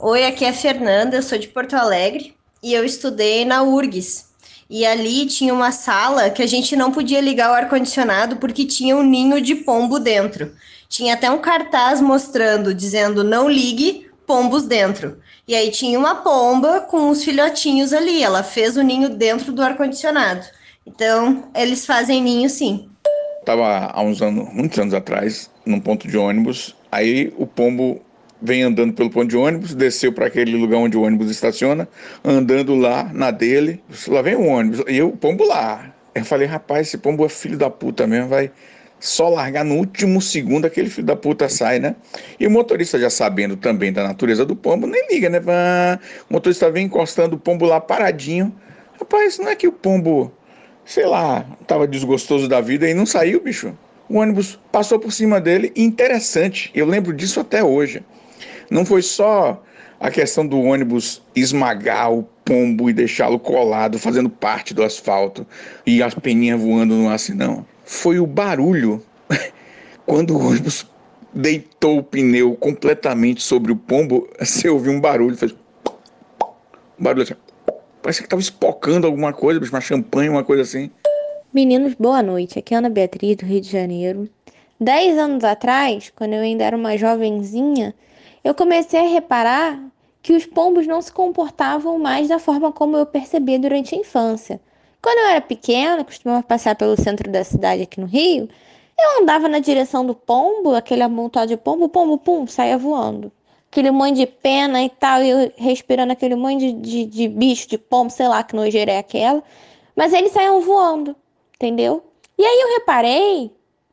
Oi, aqui é a Fernanda, eu sou de Porto Alegre e eu estudei na URGS. E ali tinha uma sala que a gente não podia ligar o ar-condicionado porque tinha um ninho de pombo dentro. Tinha até um cartaz mostrando, dizendo não ligue, pombos dentro. E aí tinha uma pomba com os filhotinhos ali, ela fez o ninho dentro do ar-condicionado. Então, eles fazem ninho sim. Estava há uns anos, muitos anos atrás, num ponto de ônibus, aí o pombo vem andando pelo ponto de ônibus, desceu para aquele lugar onde o ônibus estaciona, andando lá na dele. Lá vem o ônibus, e eu, pombo lá. Eu falei, rapaz, esse pombo é filho da puta mesmo, vai só largar no último segundo, aquele filho da puta sai, né? E o motorista, já sabendo também da natureza do pombo, nem liga, né? O motorista vem encostando o pombo lá paradinho. Rapaz, não é que o pombo, sei lá, estava desgostoso da vida e não saiu, bicho? O ônibus passou por cima dele, interessante, eu lembro disso até hoje. Não foi só a questão do ônibus esmagar o pombo e deixá-lo colado, fazendo parte do asfalto e as peninhas voando no ar, assim, não. Foi o barulho quando o ônibus deitou o pneu completamente sobre o pombo, você ouviu um barulho, fez um barulho assim, parece que estava espocando alguma coisa, uma champanhe, uma coisa assim. Meninos, boa noite. Aqui é Ana Beatriz do Rio de Janeiro. Dez anos atrás, quando eu ainda era uma jovenzinha, eu comecei a reparar que os pombos não se comportavam mais da forma como eu percebia durante a infância. Quando eu era pequena, costumava passar pelo centro da cidade aqui no Rio, eu andava na direção do pombo, aquele amontoado de pombo, pombo, pum, saia voando. Aquele monte de pena e tal, e eu respirando aquele monte de, de, de bicho, de pombo, sei lá que nojeira é aquela. Mas eles saiam voando, entendeu? E aí eu reparei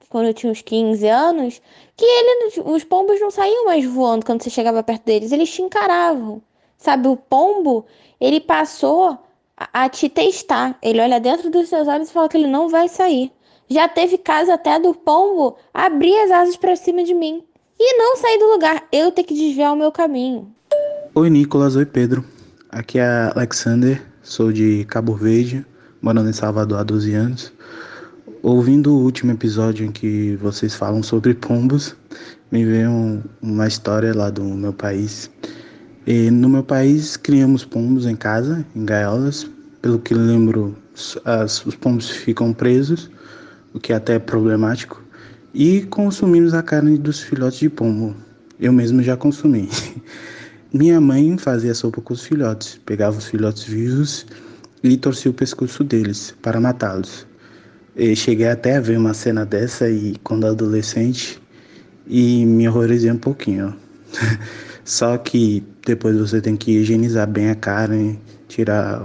quando eu tinha uns 15 anos, que ele, os pombos não saíam mais voando quando você chegava perto deles, eles te encaravam. Sabe, o pombo, ele passou a, a te testar. Ele olha dentro dos seus olhos e fala que ele não vai sair. Já teve caso até do pombo abrir as asas para cima de mim e não sair do lugar, eu ter que desviar o meu caminho. Oi, Nicolas. Oi, Pedro. Aqui é Alexander, sou de Cabo Verde, morando em Salvador há 12 anos ouvindo o último episódio em que vocês falam sobre pombos, me veio um, uma história lá do meu país. E no meu país criamos pombos em casa, em gaiolas. Pelo que lembro, as, os pombos ficam presos, o que até é problemático. E consumimos a carne dos filhotes de pombo. Eu mesmo já consumi. Minha mãe fazia sopa com os filhotes, pegava os filhotes vivos e torcia o pescoço deles para matá-los. Eu cheguei até a ver uma cena dessa e quando adolescente e me horrorizei um pouquinho. Só que depois você tem que higienizar bem a carne, tirar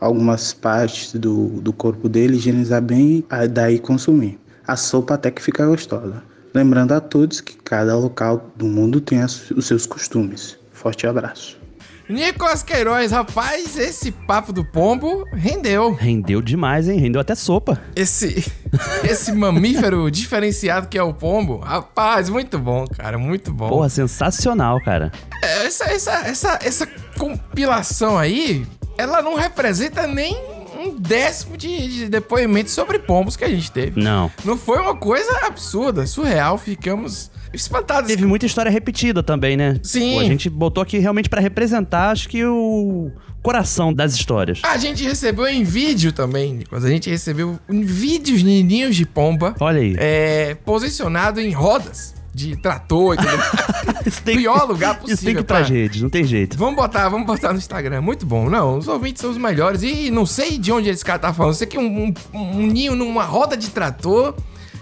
algumas partes do, do corpo dele, higienizar bem, daí consumir. A sopa até que fica gostosa. Lembrando a todos que cada local do mundo tem as, os seus costumes. Forte abraço. Nicolas Queiroz, rapaz, esse papo do pombo rendeu. Rendeu demais, hein? Rendeu até sopa. Esse esse mamífero diferenciado que é o pombo, rapaz, muito bom, cara, muito bom. É, Porra, sensacional, cara. Essa, essa, essa, essa compilação aí, ela não representa nem um décimo de, de depoimento sobre pombos que a gente teve. Não. Não foi uma coisa absurda, surreal, ficamos espantados. Teve muita história repetida também, né? assim. Sim. Pô, a gente botou aqui realmente para representar, acho que o coração das histórias. A gente recebeu em vídeo também, Nicolas. A gente recebeu em vídeos nininhos de pomba. Olha aí. É, posicionado em rodas de trator e tudo. tem, Pior lugar possível. Isso tem que pra... pra gente, não tem jeito. Vamos botar, vamos botar no Instagram. Muito bom. Não, os ouvintes são os melhores. E não sei de onde esse cara tá falando. Sei que um, um, um ninho numa roda de trator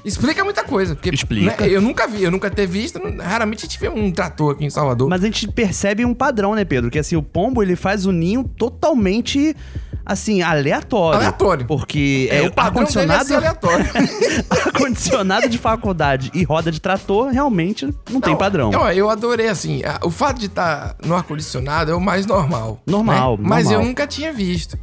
explica muita coisa. Porque, Explica. Né, eu nunca vi, eu nunca ter visto. Não, raramente a gente vê um trator aqui em Salvador. Mas a gente percebe um padrão, né, Pedro? Que assim, o pombo ele faz o ninho totalmente. Assim, aleatório. Aleatório. Porque é, é o ar-condicionado. É aleatório. ar-condicionado de faculdade e roda de trator realmente não, não tem padrão. Eu, eu adorei, assim. A, o fato de estar tá no ar-condicionado é o mais normal. Normal, né? normal. Mas eu nunca tinha visto.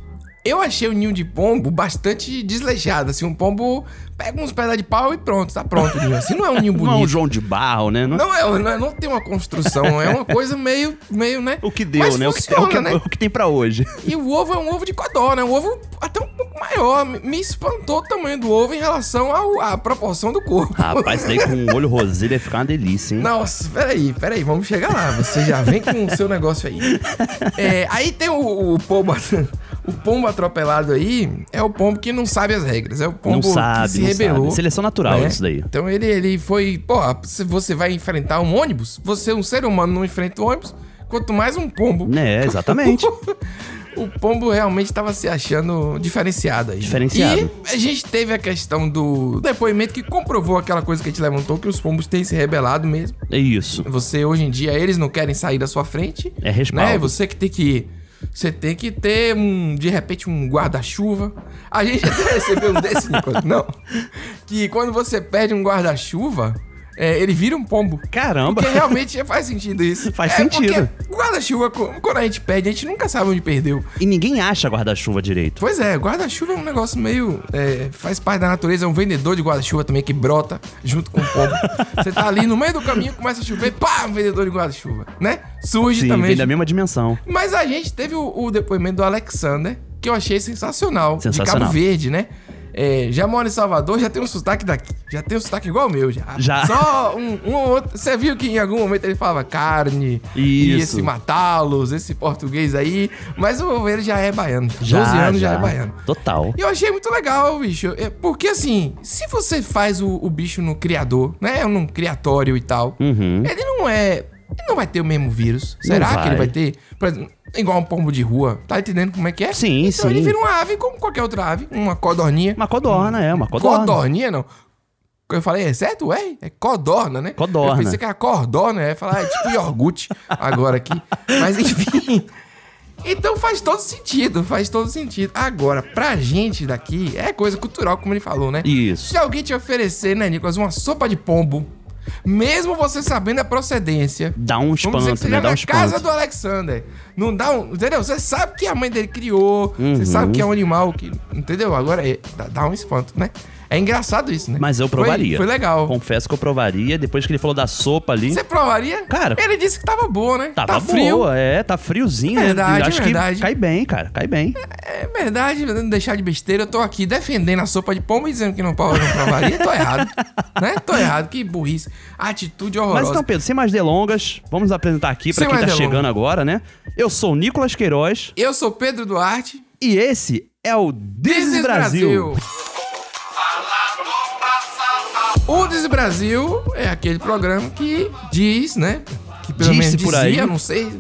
Eu achei o ninho de pombo bastante desleixado, assim, um pombo pega uns pedaços de pau e pronto, tá pronto. o ninho. Assim, não é um ninho Não é um bonito. João de Barro, né? Não- Não é, não, é- não tem uma construção, é uma coisa meio, meio, né? O que deu, Mas né? O que- funciona, o, que, né? o que tem pra hoje. E o ovo é um ovo de codó, né? Um ovo até um pouco maior. Me- Me espantou o tamanho do ovo em relação ao- à proporção do corpo. Rapaz, isso daí com um olho rosé deve ficar uma delícia, hein? Nossa, peraí, peraí, vamos chegar lá. Você já vem com o seu negócio aí. É, aí tem o, o pombo. O pombo atropelado aí é o pombo que não sabe as regras. É o pombo não sabe, que se não rebelou. sabe. Seleção natural né? isso daí. Então ele, ele foi. Porra, se você vai enfrentar um ônibus, você, um ser humano, não enfrenta o ônibus, quanto mais um pombo. É, exatamente. O pombo realmente estava se achando diferenciado aí. Diferenciado. E a gente teve a questão do depoimento que comprovou aquela coisa que a gente levantou, que os pombos têm se rebelado mesmo. É isso. Você, hoje em dia, eles não querem sair da sua frente. É respaldo. Né? Você que tem que. Você tem que ter um, de repente, um guarda-chuva. A gente até recebeu um desse, Nicolas. Não. Que quando você perde um guarda-chuva, é, ele vira um pombo. Caramba. Porque realmente faz sentido isso. Faz é sentido. Porque guarda-chuva, co- quando a gente perde, a gente nunca sabe onde perdeu. E ninguém acha guarda-chuva direito. Pois é, guarda-chuva é um negócio meio. é, faz parte da natureza, é um vendedor de guarda-chuva também que brota junto com o pombo. Você tá ali no meio do caminho, começa a chover, pá, um vendedor de guarda-chuva, né? Surge Sim, também. vem da mesma dimensão. Mas a gente teve o, o depoimento do Alexander, que eu achei sensacional. De Sensacional. Cabo Verde, né? É, já mora em Salvador, já tem um sotaque daqui. Já tem um sotaque igual o meu, já. Já. Só um, um ou outro. Você viu que em algum momento ele falava carne, e Isso. esse matá-los, esse português aí. Mas o ele já é baiano. Já, Já, 12 anos já é baiano. Total. E eu achei muito legal, bicho. É, Porque assim, se você faz o, o bicho no criador, né? Num criatório e tal, Uhum. ele não é. Ele não vai ter o mesmo vírus. Será que vai. ele vai ter? Por exemplo, igual um pombo de rua. Tá entendendo como é que é? Sim, então sim. Ele vira uma ave como qualquer outra ave, uma codorninha. Uma codorna, é, uma codorna. Codorninha, não. Eu falei, é certo? Ué? É codorna, né? Codorna. Eu pensei que era cordona, eu ia falar, é tipo iogurte agora aqui. Mas enfim. Então faz todo sentido, faz todo sentido. Agora, pra gente daqui, é coisa cultural, como ele falou, né? Isso. Se alguém te oferecer, né, Nicolas, uma sopa de pombo, mesmo você sabendo a procedência, Dá um Vamos dizer que espanto, você né? já Dá um na casa espanto. do Alexander. Não dá um. Entendeu? Você sabe que a mãe dele criou. Uhum. Você sabe que é um animal que. Entendeu? Agora é, dá, dá um espanto, né? É engraçado isso, né? Mas eu Foi- provaria. Foi, legal. Confesso que eu provaria. Depois que ele falou da sopa ali. Você provaria? Cara, Ele disse que tava boa, né? Tava tá frio. boa, é, tá friozinho, né? Verdade, Acho que verdade. cai bem, cara, cai bem. É verdade, não deixar de besteira. Eu tô aqui defendendo a sopa de pomba e dizendo que não, pro- não provaria. tô errado. né? Tô errado. Que burrice. Atitude horrorosa. Mas então, Pedro, sem mais delongas, vamos apresentar aqui pra Sem quem mais tá delongas. chegando agora, né? Eu sou o Nicolas Queiroz Eu sou Pedro Duarte. e esse é o This is Brasil. então O Diz Brasil é aquele programa que diz, né? Que pelo Diz-se menos por dizia, aí. não sei.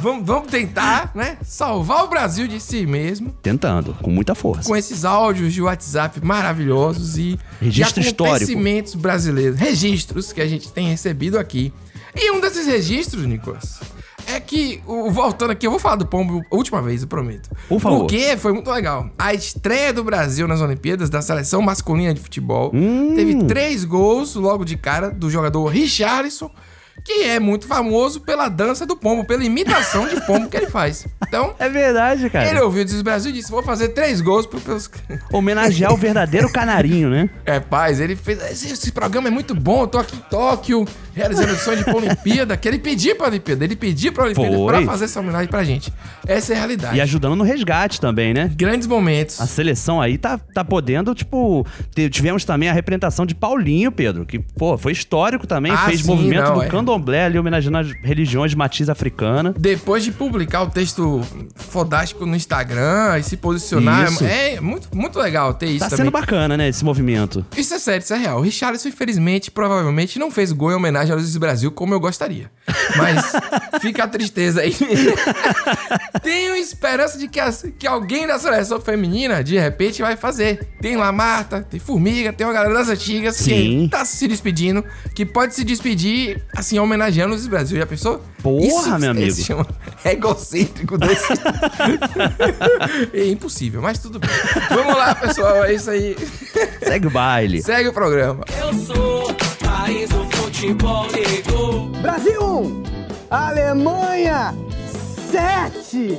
vamos, vamos tentar, né? Salvar o Brasil de si mesmo Tentando, com muita força. com esses áudios de WhatsApp maravilhosos e Registro de histórico. acontecimentos brasileiros, registros que a gente tem recebido aqui. E um desses registros, Nicolas, é que, o, voltando aqui, eu vou falar do Pombo última vez, eu prometo. Por favor. Porque foi muito legal. A estreia do Brasil nas Olimpíadas da seleção masculina de futebol Hum. teve três gols logo de cara do jogador Richarlison, que é muito famoso pela dança do pombo, pela imitação de pombo que ele faz. Então, É verdade, cara. ele ouviu o Diz Brasil e disse: vou fazer três gols pro- pelos. Homenagear o verdadeiro canarinho, né? É, paz, ele fez. Esse, esse programa é muito bom, eu tô aqui em Tóquio, realizando sonho de Olimpíada, que ele pediu pra Olimpíada, ele pediu pra Olimpíada Foi. pra fazer essa homenagem pra gente. Essa é a realidade. E ajudando no resgate também, né? Grandes momentos. A seleção aí tá, tá podendo, tipo. te- Tivemos também a representação de Paulinho, Pedro, que, pô, foi histórico também, Ah, fez sim, movimento não, do é. candomblé ali, homenageando as religiões de matiz africana. Depois de publicar o texto fodástico no Instagram e se posicionar, Isso. é muito, muito legal ter isso Tá também. sendo bacana, né, esse movimento. Isso é sério, isso é real. O Richarlison, infelizmente, provavelmente não fez gol em homenagem ao Luiz Brasil como eu gostaria. Mas fica a tristeza aí. Tenho esperança de que, as- que alguém da seleção feminina, de repente, vai fazer. Tem lá Marta, tem Formiga, tem uma galera das antigas Sim. que tá se despedindo, que pode se despedir, assim, homenageando o Luiz Brasil. Já pensou? Porra, meu amigo. esse é chama é egocêntrico desse. é impossível, mas tudo bem. Vamos lá, pessoal, é isso aí. Segue o baile. Segue o programa. Eu sou país do futebol negro. Brasil 1, Alemanha 7.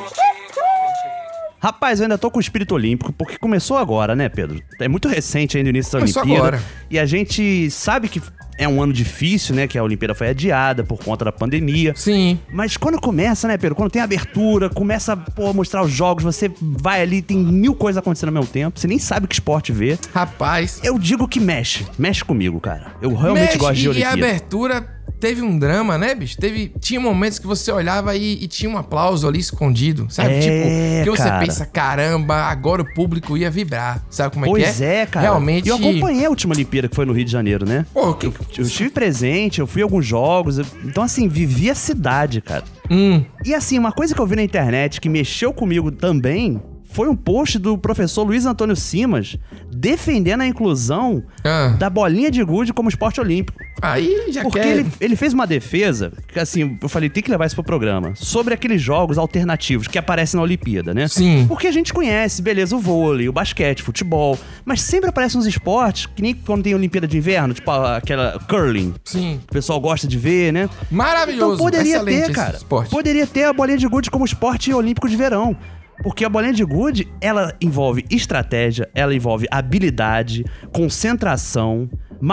Rapaz, eu ainda tô com o espírito olímpico, porque começou agora, né, Pedro? É muito recente ainda o início da Começou Olimpíada. agora. E a gente sabe que é um ano difícil, né? Que a Olimpíada foi adiada por conta da pandemia. Sim. Mas quando começa, né, Pedro? Quando tem abertura, começa pô, a mostrar os jogos, você vai ali, tem mil coisas acontecendo ao mesmo tempo, você nem sabe que esporte ver. Rapaz. Eu digo que mexe. Mexe comigo, cara. Eu realmente Mexe, gosto de E a Olimpíada. abertura teve um drama, né, bicho? Teve, tinha momentos que você olhava e, e tinha um aplauso ali escondido, sabe? É, tipo, que você cara. pensa, caramba, agora o público ia vibrar. Sabe como é que é? Pois é, cara. Realmente. Eu acompanhei a última Olimpíada que foi no Rio de Janeiro, né? Pô, que- Eu, eu estive presente, eu fui a alguns jogos. eu- Então, assim, vivi a cidade, cara. Hum, E assim, uma coisa que eu vi na internet que mexeu comigo também foi um post do professor Luiz Antônio Simas defendendo a inclusão Ah. da bolinha de gude como esporte olímpico. aí já Porque quer. ele, ele fez uma defesa, que assim, eu falei, tem que levar isso pro programa, sobre aqueles jogos alternativos que aparecem na Olimpíada, né? Sim. Porque a gente conhece, beleza, o vôlei, o basquete, futebol, mas sempre aparecem uns esportes, que nem quando tem Olimpíada de Inverno, tipo a- aquela curling, Sim. que o pessoal gosta de ver, né? Maravilhoso. Então poderia Excelente ter, esse cara. esporte. Poderia ter a bolinha de gude como esporte olímpico de verão. Porque a bolinha de gude, ela envolve estratégia, ela envolve habilidade, concentração,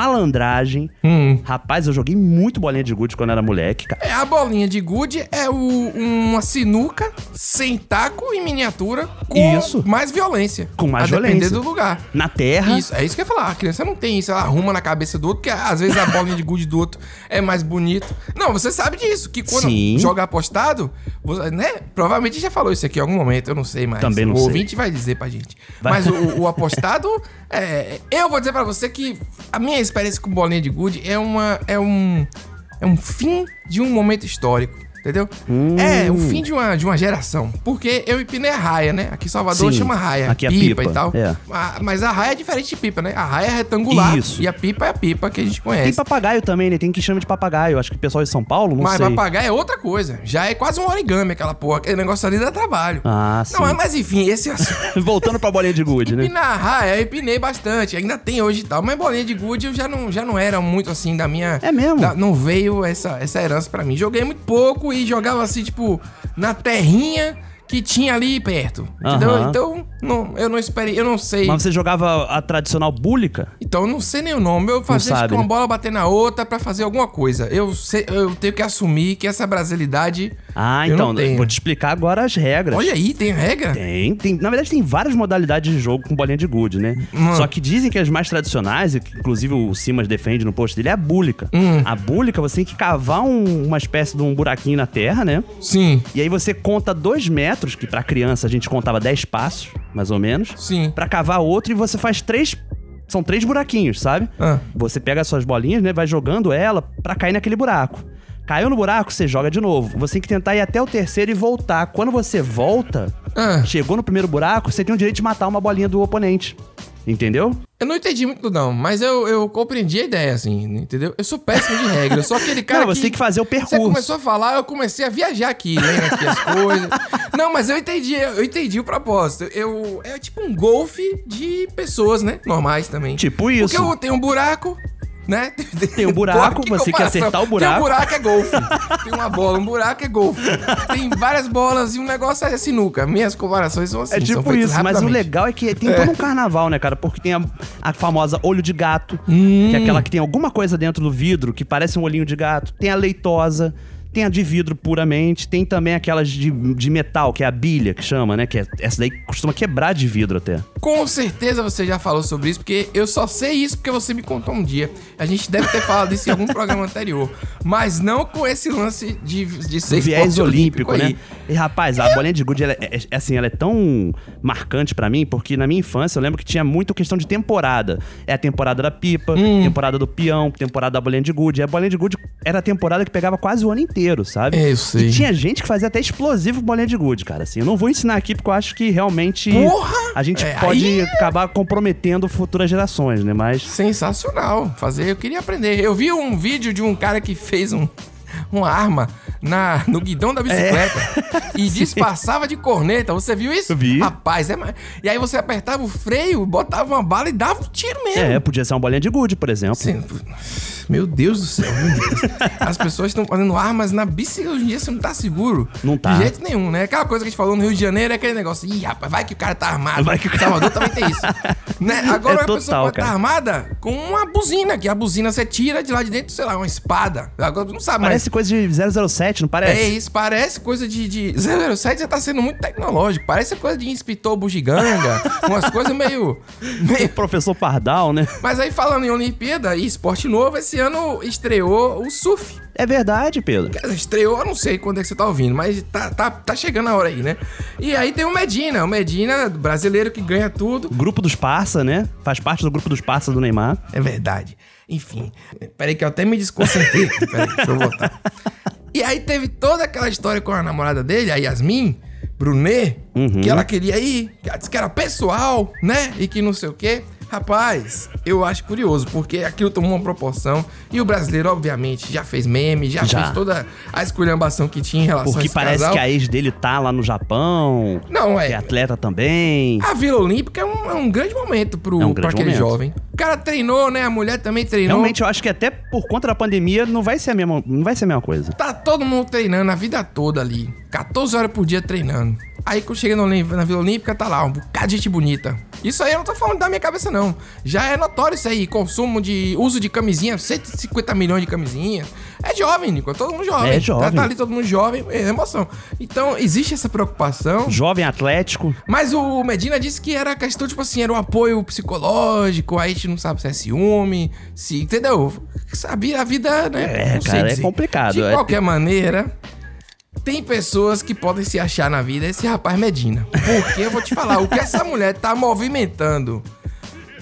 malandragem. Hum. Rapaz, eu joguei muito bolinha de gude quando era moleque, cara. É, a bolinha de gude é o- uma sinuca sem taco em miniatura com Isso. mais violência. Com mais a violência. depender do lugar. Na terra. Isso, é isso que eu ia falar. A criança não tem isso. Ela arruma na cabeça do outro, que às vezes a bolinha de gude do outro é mais bonito. Não, você sabe disso. Que quando Sim. joga apostado, você- né? Provavelmente já falou isso aqui em algum momento, eu não sei mais. Também não o sei. ouvinte vai dizer pra gente. Vai. Mas o, o apostado, é, eu vou dizer pra você que a minha experiência com bolinha de gude é uma. é um. é um fim de um momento histórico. Entendeu? Hum. É o fim de uma, de uma geração. Porque eu empinei a raia, né? Aqui em Salvador Sim. chama raia. Aqui é pipa, e tal. é. Ah, mas a raia é diferente de pipa, né? A raia é retangular Isso. e a pipa é a pipa que a gente Tem conhece. papagaio também, né? Tem que chama de papagaio. Acho que o pessoal de São Paulo, não mas sei. papagaio é outra coisa. Já é quase um origami aquela porra. Aquele negócio ali dá trabalho. Ah, sim. Não, é mas- mas enfim, esse assunto. Voltando pra bolinha de gude, né? Empinar a raia, eu empinei bastante. Ainda tem hoje e tal. Mas bolinha de gude eu já não, já não era muito assim da minha. É mesmo? da- não veio essa, essa herança pra mim. Joguei muito pouco e jogava assim, tipo, na terrinha que tinha ali perto. Entendeu? Aham. Então, não, eu não esperei, eu não sei. Mas você jogava a tradicional búlica? Então eu não sei nem o nome. Eu fazia sabe, acho que uma né? bola bater na outra pra fazer alguma coisa. Eu, sei- eu tenho que assumir que essa brasilidade. Ah, eu então, não tenho. vou te explicar agora as regras. Olha aí, tem regra? Tem, tem. Na verdade, tem várias modalidades de jogo com bolinha de gude, né? Hum. Só que dizem que as mais tradicionais, e que inclusive o Simas defende no post dele, é a búlica. Hum. A búlica, você tem que cavar um- uma espécie de um buraquinho na terra, né? Sim, E aí você conta dois metros, que pra criança a gente contava 10 passos, mais ou menos, sim. Pra cavar outro e você faz três. São três buraquinhos, sabe? Ah. Você pega as suas bolinhas, né? Vai jogando ela pra cair naquele buraco. Caiu no buraco, você joga de novo. Você tem que tentar ir até o terceiro e voltar. Quando você volta, Ah. chegou no primeiro buraco, você tem o direito de matar uma bolinha do oponente. Entendeu? Eu não entendi muito, não, mas eu, eu compreendi a ideia, assim, entendeu? Eu sou péssimo de regra, eu sou aquele cara. Não, você tem que fazer o Você percurso. começou a falar, eu comecei a viajar aqui, lendo aqui as coisas. Não, mas eu entendi, eu entendi o propósito. Eu, é tipo um golfe de pessoas, né? Normais também. Tipo isso. Porque eu tenho um buraco, né? Tem um buraco, Que você tem que comparação. acertar o Tem buraco. um buraco, é golfe. Tem uma bola, um buraco, é golfe. Tem várias bolas e um negócio é sinuca. Minhas comparações são assim, É são tipo feitas isso, mas o rapidamente. legal é que tem todo um carnaval, né, cara? Porque tem a, a famosa olho de gato, que é aquela que tem alguma coisa dentro do vidro que parece um olhinho de gato. Tem a leitosa, tem a de vidro puramente, tem também aquelas de, de metal, que é a bilha que chama, né? Que é- essa daí costuma quebrar de vidro até. Com certeza você já falou sobre isso, porque eu só sei isso porque você me contou um dia. A gente deve ter falado isso em algum programa anterior. Mas não com esse lance de, de ser viés é esporte olímpico, né? aí. E, rapaz, a bolinha de gude, ela é, é- assim, ela é tão marcante pra mim, porque na minha infância eu lembro que tinha muito questão de temporada. É a temporada da pipa, Hum. temporada do peão, temporada da bolinha de gude. E a bolinha de gude era a temporada que pegava quase o ano inteiro, sabe? É, eu sei. E tinha gente que fazia até explosivo com bolinha de gude, cara. Assim, eu não vou ensinar aqui porque eu acho que realmente Porra! a gente É, pode aí- acabar comprometendo futuras gerações, né? Mas Sensacional fazer. Eu queria aprender. Eu vi um vídeo de um cara que fez um, uma arma na, no guidão da bicicleta e disfarçava de corneta. Você viu isso? Eu É. vi. Rapaz, é mais. E aí você apertava o freio, botava uma bala e dava um tiro mesmo. É, podia ser uma bolinha de gude, por exemplo. Assim, meu Deus do céu, meu Deus. As pessoas estão fazendo armas na bicicleta. Hoje em dia você não tá seguro. Não tá. De jeito nenhum, né? Aquela coisa que a gente falou no Rio de Janeiro é aquele negócio. Ih, rapaz, vai que o cara tá armado. Vai que o cara- Salvador também tem isso. né? Agora É a pessoa total, pode cara. tá armada com uma buzina, que a buzina você tira de lá de dentro, sei lá, uma espada. Agora tu não sabe mais. Parece coisa de 007, não parece? Ah, É isso, parece coisa de, de 007 já tá sendo muito tecnológico. Parece coisa de inspetor bugiganga, umas coisas meio, meio Professor Pardal, né? mas aí falando em Olimpíada e esporte novo, esse ano estreou o surf. É verdade, Pedro. Quer dizer, Estreou, eu não sei quando é que você tá ouvindo, mas tá, tá, tá chegando a hora aí, né? E aí tem o Medina, o Medina, brasileiro que ganha tudo. O grupo dos Parça, né? Faz parte do grupo dos Parça do Neymar. É verdade. Enfim, peraí que eu até me desconcentrei. peraí, deixa eu voltar. E aí teve toda aquela história com a namorada dele, a Yasmin, Brunet, Uhum. Hum? que ela queria ir, que ela disse que era pessoal, né? E que não sei o quê. Rapaz, eu acho curioso, porque aquilo tomou uma proporção e o brasileiro, obviamente, já fez meme, já, Já. fez toda a esculhambação que tinha em relação a Porque esse parece casal. que a ex dele tá lá no Japão. Não, Que é é. atleta também. A Vila Olímpica é um, é um grande momento pro, É um pra grande aquele momento. jovem. O cara treinou, né? A mulher também treinou. Realmente, eu acho que até por conta da pandemia não vai ser a mesma, não vai ser a mesma coisa. Tá todo mundo treinando a vida toda ali. 14 horas por dia treinando. Aí quando chega no Olim- na Vila Olímpica, tá lá um bocado de gente bonita. Isso aí eu não tô falando da minha cabeça, não. Já é notório isso aí. Consumo de. uso de camisinha, 150 milhões de camisinha. É jovem, Nico. É todo mundo jovem. É jovem. Tá, tá ali todo mundo jovem, é emoção. Então, existe essa preocupação. Jovem atlético. Mas o Medina disse que era questão, tipo assim, era um apoio psicológico, aí a gente não sabe se é ciúme, se. Entendeu? Sabia a vida, né? É, não sei cara, é dizer. complicado, De é. qualquer maneira, tem pessoas que podem se achar na vida esse rapaz Medina. Porque eu vou te falar, o que essa mulher tá movimentando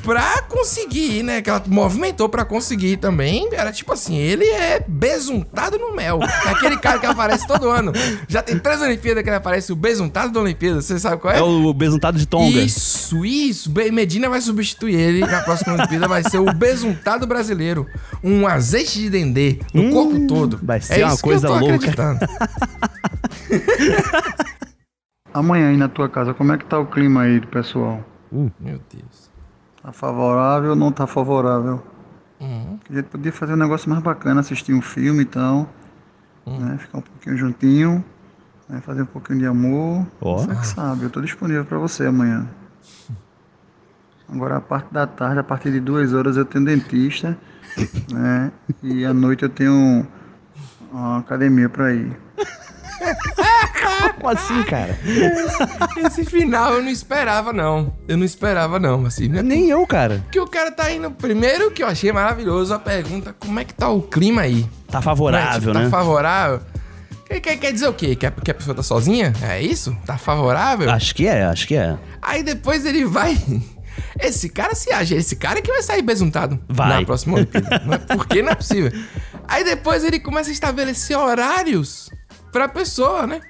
pra conseguir, né? Que ela movimentou pra conseguir também. Era tipo assim, ele é besuntado no mel. É aquele cara que aparece todo ano. Já tem três Olimpíadas que ele aparece, o besuntado da Olimpíada. Você sabe qual é? É o besuntado de Tonga. Isso, isso. Be- Medina vai substituir ele na próxima Olimpíada. Vai ser o besuntado brasileiro. Um azeite de dendê no Hum. corpo todo. É vai ser uma isso que coisa eu tô louca. acreditando. Amanhã aí na tua casa, como é que tá o clima aí, pessoal? Uh. Meu Deus. Tá favorável ou não tá favorável? Hum. A gente podia fazer um negócio mais bacana, assistir um filme e tal. Hum. Né? Ficar um pouquinho juntinho. Né? Fazer um pouquinho de amor. Ó. Você que sabe, eu tô disponível pra você amanhã. Agora a parte da tarde, a partir de duas horas eu tenho dentista. né? E à noite eu tenho uma academia pra ir. Como assim, cara? Esse final eu não esperava, não. Eu não esperava, não, assim, né? Nem eu, cara. Porque o cara tá indo. Primeiro que eu achei maravilhoso a pergunta: como é que tá o clima aí? Tá favorável, Mas, tipo, né? Tá favorável. Quer, quer, quer dizer o quê? Que a, que a pessoa tá sozinha? É isso? Tá favorável? Acho que é, acho que é. Aí depois ele vai. Esse cara se age, esse cara que vai sair besuntado Vai. na próxima Olimpíada. Não é- Porque não é possível. Aí depois ele começa a estabelecer horários pra pessoa, né?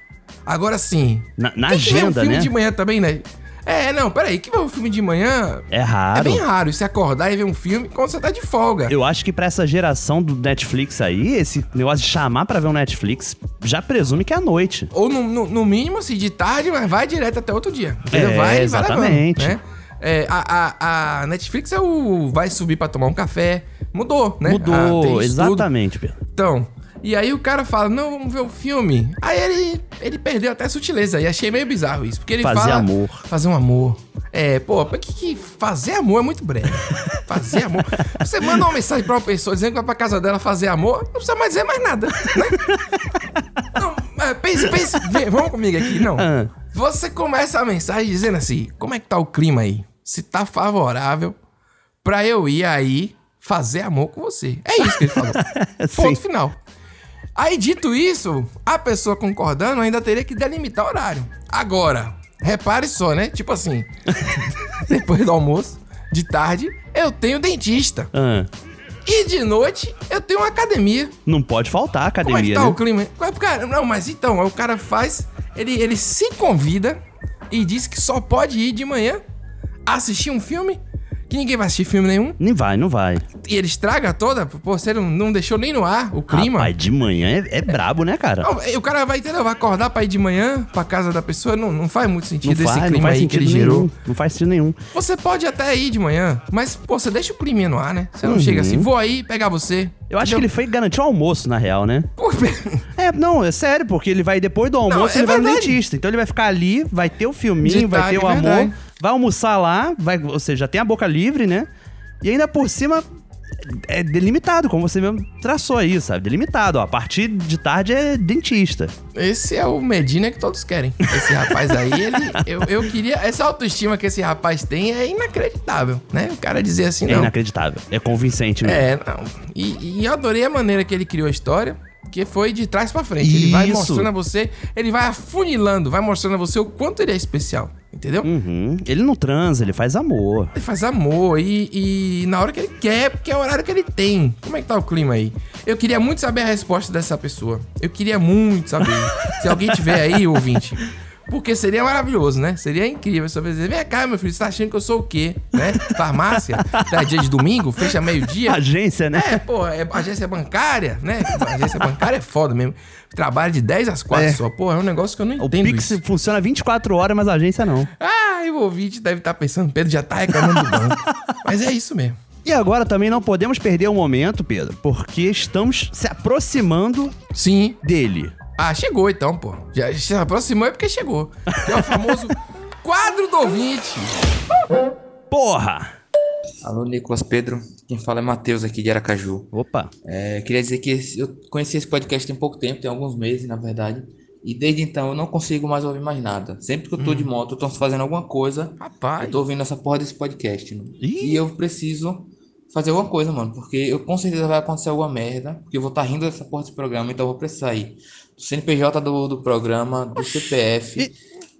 Agora sim. Na, na tem que ver um agenda, filme né? de manhã também, né? É, não, peraí, que ver um filme de manhã É raro. é bem raro. Você acordar e ver um filme quando você tá de folga. Eu acho que pra essa geração do Netflix aí, esse negócio de chamar pra ver um Netflix, já presume que é à noite. Ou no, no- no mínimo, assim, de tarde, mas vai direto até outro dia. É, vai e exatamente. Vai levando, né? É, a, a- a Netflix é o. Vai subir pra tomar um café. Mudou, né? Ah, tem Mudou, isso tudo. exatamente, Pedro. Então. E aí o cara fala, não, vamos ver o filme. Aí ele, ele perdeu até a sutileza. E achei meio bizarro isso. Porque ele Fazer fala. amor. Fazer um amor. É, pô, pra que, que fazer amor é muito breve. fazer amor. Você manda uma mensagem pra uma pessoa dizendo que vai pra casa dela fazer amor, não precisa mais dizer mais nada, né? Não, é, pense, pense, vem, vamos comigo aqui, não. Ah. Você começa a mensagem dizendo assim: como é que tá o clima aí? Se tá favorável pra eu ir aí fazer amor com você. É isso que ele falou. Sim. Ponto final. Aí, dito isso, a pessoa concordando ainda teria que delimitar o horário. Agora, repare só, né? Tipo assim, depois do almoço, de tarde, eu tenho dentista. Ah, E de noite, eu tenho uma academia. não pode faltar a Como é que academia, tá né? o clima? Qual é- Cara, não, mas então, aí o cara faz, ele, ele se convida e diz que só pode ir de manhã assistir um filme, que que ninguém vai assistir filme nenhum. Nem vai, não vai. E ele estraga toda, pô, você não, não deixou nem no ar o clima. Rapaz, de manhã é, é brabo, né, cara? Não, e o cara vai, entendeu? Vai acordar pra ir de manhã pra casa da pessoa, não, não faz muito Não sentido esse faz, clima não faz aí que sentido ele nenhum. gerou. Não faz sentido nenhum. Você pode até ir de manhã, mas, pô, você deixa o clima no ar, né? Você não Uhum. chega assim, vou aí pegar você. Eu acho que ele foi garantir o almoço, na real, né? É, não, é sério, porque ele vai depois do almoço, é ele vai no verdade. dentista. Então ele vai ficar ali, vai ter o filminho, De vai ter tarde, o amor, verdade. vai almoçar lá, vai, ou seja, já tem a boca livre, né? E ainda por cima é delimitado, como você mesmo traçou aí, sabe? Delimitado, ó. A partir de tarde é dentista. Esse é o Medina que todos querem. Esse rapaz aí, ele. Eu, eu queria. Essa autoestima que esse rapaz tem é inacreditável, né? O cara dizer assim, é não. inacreditável. É convincente mesmo. É, não. E, e eu adorei a maneira que ele criou a história, que foi de trás pra frente. Ele vai Isso. mostrando a você, ele vai afunilando, vai mostrando a você o quanto ele é especial, entendeu? Uhum. Ele não transa, ele faz amor. Ele faz amor e, e na hora que ele quer, porque é o horário que ele tem. Como é que tá o clima aí? Eu queria muito saber a resposta dessa pessoa. Eu queria muito saber. Se alguém tiver aí, ouvinte. Porque seria maravilhoso, né? Seria incrível. Só dizer, vem cá, meu filho, você tá achando que eu sou o quê? Né? Farmácia? Tá dia de domingo? Fecha meio-dia? Agência, né? É, pô, é agência bancária, né? Agência bancária é foda mesmo. Trabalho de 10 às 4 É. só. Pô, é um negócio que eu não O entendo. Pix isso. funciona 24 horas, mas a agência não. Ah, e o ouvinte deve estar pensando, Pedro já tá reclamando do banco. Mas é isso mesmo. E agora também não podemos perder o momento, Pedro, porque estamos se aproximando Sim. dele. Ah, chegou então, pô. Já se aproximou é porque chegou. Que é o famoso quadro do ouvinte. Porra! Alô, Nicolas Pedro. Quem fala é Matheus aqui de Aracaju. Opa! É, queria dizer que esse- eu conheci esse podcast tem pouco tempo, tem alguns meses, na verdade. E desde então eu não consigo mais ouvir mais nada. Sempre que Hum. eu tô de moto, eu tô fazendo alguma coisa, Rapaz. eu tô ouvindo essa porra desse podcast. mano. E eu preciso fazer alguma coisa, mano. Porque eu com certeza vai acontecer alguma merda. Porque eu vou estar rindo dessa porra desse programa, então eu vou precisar ir. Do CNPJ do, do programa, do CPF.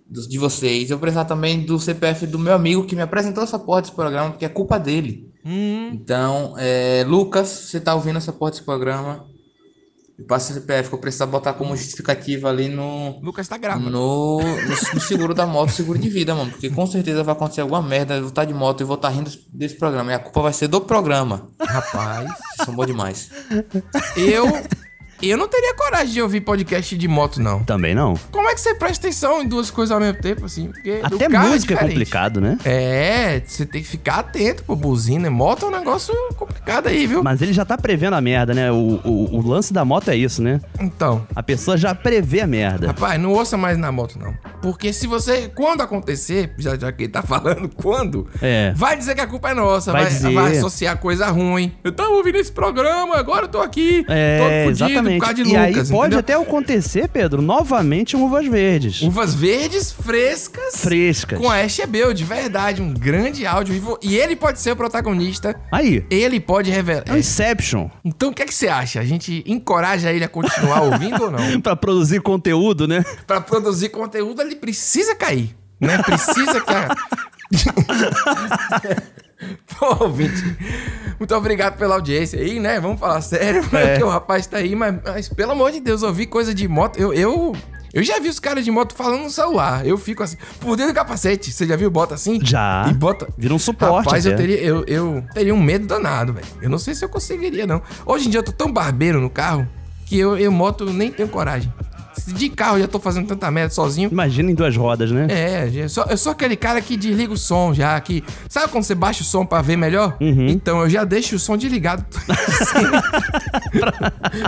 dos- De vocês, eu vou precisar também do CPF do meu amigo que me apresentou essa porra desse programa, porque é culpa dele. Hum. Então, é, Lucas, você tá ouvindo essa porra desse programa? Me passa o CPF, que eu preciso botar como justificativa ali no, Lucas tá gravando. no, no- no seguro da moto, seguro de vida, mano. Porque com certeza vai acontecer alguma merda, eu vou estar de moto e vou estar rindo desse programa. E a culpa vai ser do programa. Rapaz. Vocês São bom demais. Eu. Eu não teria coragem de ouvir podcast de moto, não. Também não. Como é que você presta atenção em duas coisas ao mesmo tempo, assim? Porque do Até carro música é, diferente. complicado, né? É, você tem que ficar atento, pô. Buzina, e moto é um negócio complicado aí, viu? Mas ele já tá prevendo a merda, né? O, o, o lance da moto é isso, né? Então, A pessoa já prevê a merda. rapaz, É, não ouça mais na moto, não. Porque se você. Quando acontecer, já, já que ele tá falando quando, É. vai dizer que a culpa é nossa, Vai vai, dizer. vai associar coisa ruim. Eu tava ouvindo esse programa, agora eu tô aqui, É, todo fudido exatamente. por causa de e aí Lucas. pode entendeu? até acontecer, Pedro, novamente um Uvas Verdes. Uvas verdes frescas. Frescas. Com a Asher Bell, de verdade, um grande áudio. E vo- E ele pode ser o protagonista. Aí. Ele pode É um revelar. Inception. Então, o que é que você acha? A gente encoraja ele a continuar ouvindo ou não? pra produzir conteúdo, né? Pra produzir conteúdo, ele precisa cair. Né? Precisa que a... Pô, ouvinte, muito obrigado pela audiência aí, né? Vamos falar sério, É. porque o rapaz tá aí, mas, mas, pelo amor de Deus, ouvir coisa de moto. Eu, eu, eu já vi os caras de moto falando no celular. Eu fico assim, por dentro do capacete. Você já viu? Bota assim? Já. E bota. Vira um suporte. Rapaz, eu até. teria, eu, eu teria um medo danado, velho. Eu não sei se eu conseguiria, não. Hoje em dia eu tô tão barbeiro no carro que eu, eu moto nem tenho coragem. Se De carro eu já tô fazendo tanta merda sozinho. Imagina em duas rodas, né? É, eu sou, eu sou aquele cara que desliga o som já, que... Sabe quando você baixa o som pra ver melhor? Uhum. Então, eu já deixo o som desligado.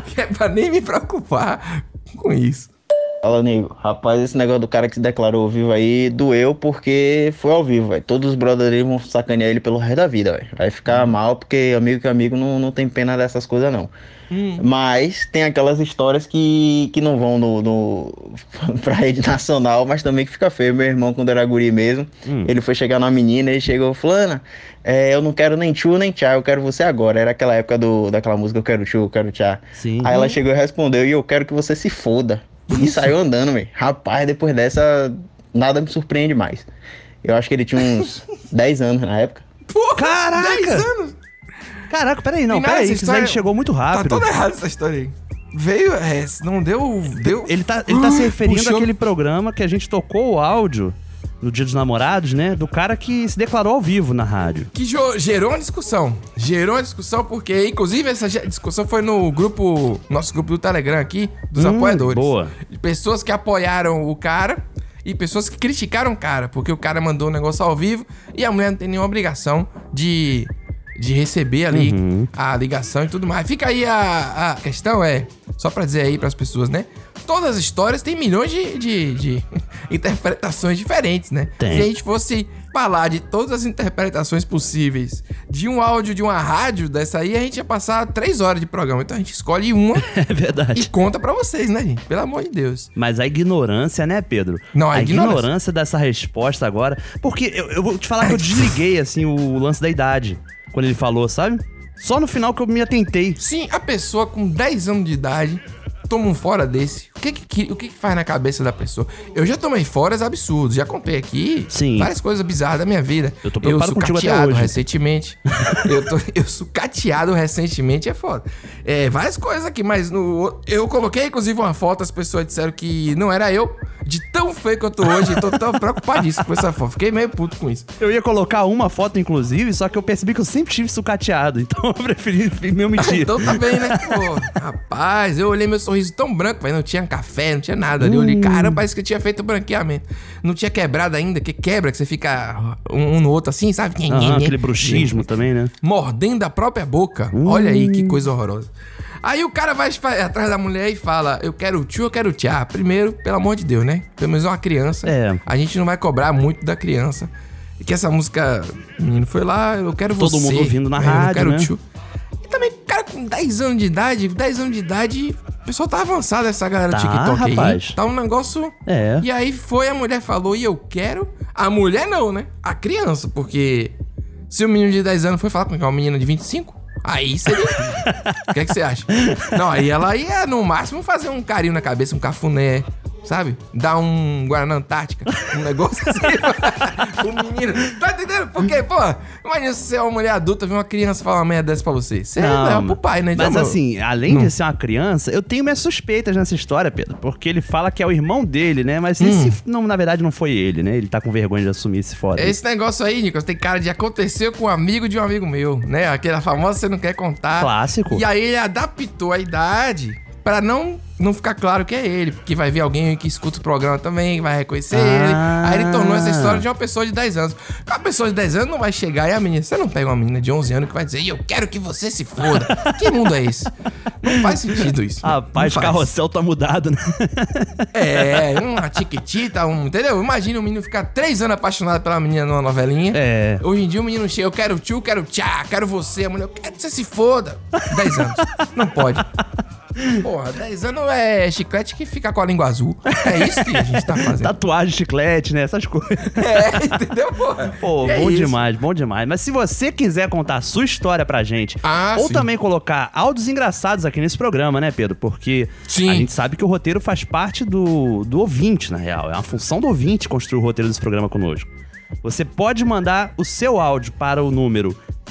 Que é pra nem me preocupar com isso. Fala, nego. Rapaz, esse negócio do cara que se declarou ao vivo aí doeu porque foi ao vivo, velho. Todos os brothers dele vão sacanear ele pelo resto da vida, velho. Vai ficar Hum. mal porque amigo que amigo não, não tem pena dessas coisas, não. Hum. Mas tem aquelas histórias que, que não vão no, no, pra rede nacional, mas também que fica feio. Meu irmão, quando era guri mesmo, Hum. ele foi chegar numa menina e chegou, Fulana, é, eu não quero nem tchu nem tchá, eu quero você agora. Era aquela época do, daquela música Eu Quero Tchu, Eu Quero Tchá. Sim. Aí Hum. ela chegou e respondeu, e eu quero que você se foda. E saiu andando, velho. Rapaz, depois dessa, nada me surpreende mais. Eu acho que ele tinha uns 10 anos na época. Porra, Caraca! 10 anos? Caraca, peraí, não, Tem nada, peraí. essa Isso daí história- chegou muito Tá rápido. toda errada essa história aí. Veio, é, não deu... deu... Ele tá, ele tá se referindo Puxou. àquele programa que a gente tocou o áudio no Dia dos Namorados, né? Do cara que se declarou ao vivo na rádio. Que jo- gerou uma discussão. Gerou uma discussão porque, inclusive, essa ge- discussão foi no grupo, nosso grupo do Telegram aqui, dos Hum, apoiadores. boa. Pessoas que apoiaram o cara e pessoas que criticaram o cara, porque o cara mandou um negócio ao vivo e a mulher não tem nenhuma obrigação de, de receber ali a ligação e tudo mais. Fica aí a, a questão, é, só pra dizer aí pras pessoas, né? Todas as histórias têm milhões de, de- de interpretações diferentes, né? Tem. Se a gente fosse falar de todas as interpretações possíveis de um áudio de uma rádio dessa aí, a gente ia passar três horas de programa. Então a gente escolhe uma É verdade. e conta pra vocês, né, gente? Pelo amor de Deus. Mas a ignorância, né, Pedro? Não, a a ignorância. ignorância. dessa resposta agora. Porque eu, eu vou te falar que eu desliguei, assim, o lance da idade. Quando ele falou, sabe? Só no final que eu me atentei. Sim, a pessoa com 10 anos de idade toma um fora desse. O que que, que- o que que faz na cabeça da pessoa? Eu já tomei foras absurdos, já contei aqui várias coisas bizarras da minha vida. Eu tô preocupado contigo até hoje. recentemente. eu, tô, eu sucateado recentemente, é foda. É, várias coisas aqui, mas no, eu coloquei inclusive uma foto, as pessoas disseram que não era eu, de tão feio que eu tô hoje, tô tão preocupadíssimo com essa foto. Fiquei meio puto com isso. Eu ia colocar uma foto, inclusive, só que eu percebi que eu sempre tive sucateado. Então eu preferi meu mentir. Então tá bem, né? Pô, rapaz, eu olhei meu sorriso tão branco, velho. Não tinha café, não tinha nada ali. Eu olhei, caramba, parece que eu tinha feito branqueamento. Não tinha quebrado ainda, que quebra, que você fica um, um no outro assim, sabe? Aham, aquele bruxismo também, né? Hum. Mordendo a própria boca. Olha aí que coisa horrorosa. Aí o cara vai fa- atrás da mulher e fala: Eu quero o tio, eu quero o tia. Ah, Primeiro, pelo amor de Deus, né? Pelo menos é uma criança. É. A gente não vai cobrar muito da criança. E que essa música, o menino foi lá, eu quero Todo você. mundo ouvindo na né? rádio, Eu quero né? o tio. E também, cara, com 10 anos de idade, 10 anos de idade, o pessoal tá avançado essa galera Tá, do TikTok rapaz. aí. Tá um negócio. É. E aí foi, a mulher falou, e eu quero. A mulher não, né? A criança, porque se o menino de 10 anos foi falar com uma menina de 25, aí seria. O que, é que você acha? Não, aí ela ia, no máximo, fazer um carinho na cabeça, um cafuné, sabe? Dar um Guaraná Antártica, um negócio assim. o menino. Tá entendendo? Porque, pô, imagina se você é uma mulher adulta ver uma criança falar uma merda dessa pra você. Você Não, é pro pai, né? Mas Então, assim, além de ser uma criança, eu tenho minhas suspeitas nessa história, Pedro. Porque ele fala que é o irmão dele, né? Mas esse, não, na verdade não foi ele, né? Ele tá com vergonha de assumir esse foda. Hum. Esse negócio aí, Nicolas, tem cara de acontecer com um amigo de um amigo meu, né? Aquela famosa você não quer contar. Clássico. E aí ele adaptou a idade pra não não ficar claro que é ele, porque vai ver alguém que escuta o programa também, vai reconhecer Ah. ele. Aí ele tornou essa história de uma pessoa de 10 anos. Uma pessoa de 10 anos não vai chegar e a menina, você não pega uma menina de 11 anos que vai dizer, "E eu quero que você se foda. que mundo é esse? Não faz sentido isso. Rapaz, o Não faz. carrossel tá mudado, né? É, uma tiquitita, um. Entendeu? Imagina o menino ficar três anos apaixonado pela menina numa novelinha. É. Hoje em dia o menino chega, eu quero tio, quero tchá, quero você, a mulher, eu quero que você se foda. Dez anos. Não pode. Porra, dez anos é chiclete que fica com a língua azul. É isso que a gente tá fazendo. Tatuagem, chiclete, né? Essas coisas. É, entendeu, porra? Pô, Que é bom isso? demais, bom demais. Mas se você quiser contar a sua história pra gente, Ah, ou sim. também colocar áudios engraçados aqui nesse programa, né, Pedro? Porque a gente sabe que o roteiro faz parte do, do ouvinte, na real. É uma função do ouvinte construir o roteiro desse programa conosco. Você pode mandar o seu áudio para o número um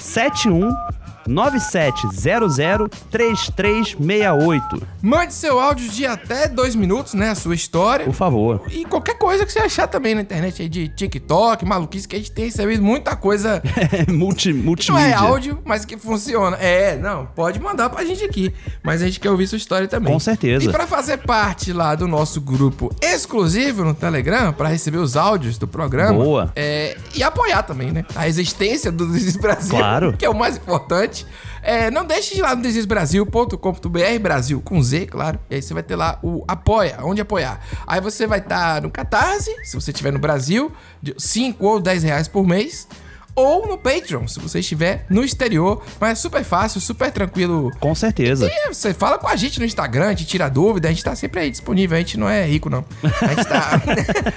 71970033368. Mande seu áudio de até dois minutos, né? A sua história. Por favor. E qualquer coisa que você achar também na internet aí de TikTok, maluquice, que a gente tem recebido muita coisa É, Multi, que não multimídia. é áudio, mas que funciona. É, não, pode mandar pra gente aqui. Mas a gente quer ouvir sua história também. Com certeza. E pra fazer parte lá do nosso grupo exclusivo no Telegram, pra receber os áudios do programa. Boa. é, e apoiar também, né? A existência do Desis Brasil. Claro. Que é o mais importante. É, não deixe de ir lá no desisbrasil.com.br, Brasil com Z, claro. E aí você vai ter lá o apoia, onde apoiar. Aí você vai estar no Catarse, se você estiver no Brasil, de 5 ou 10 reais por mês. Ou no Patreon, se você estiver no exterior. Mas é super fácil, super tranquilo. Com certeza. E você fala com a gente no Instagram, a gente tira dúvida, a gente tá sempre aí disponível, a gente não é rico, não. A gente tá.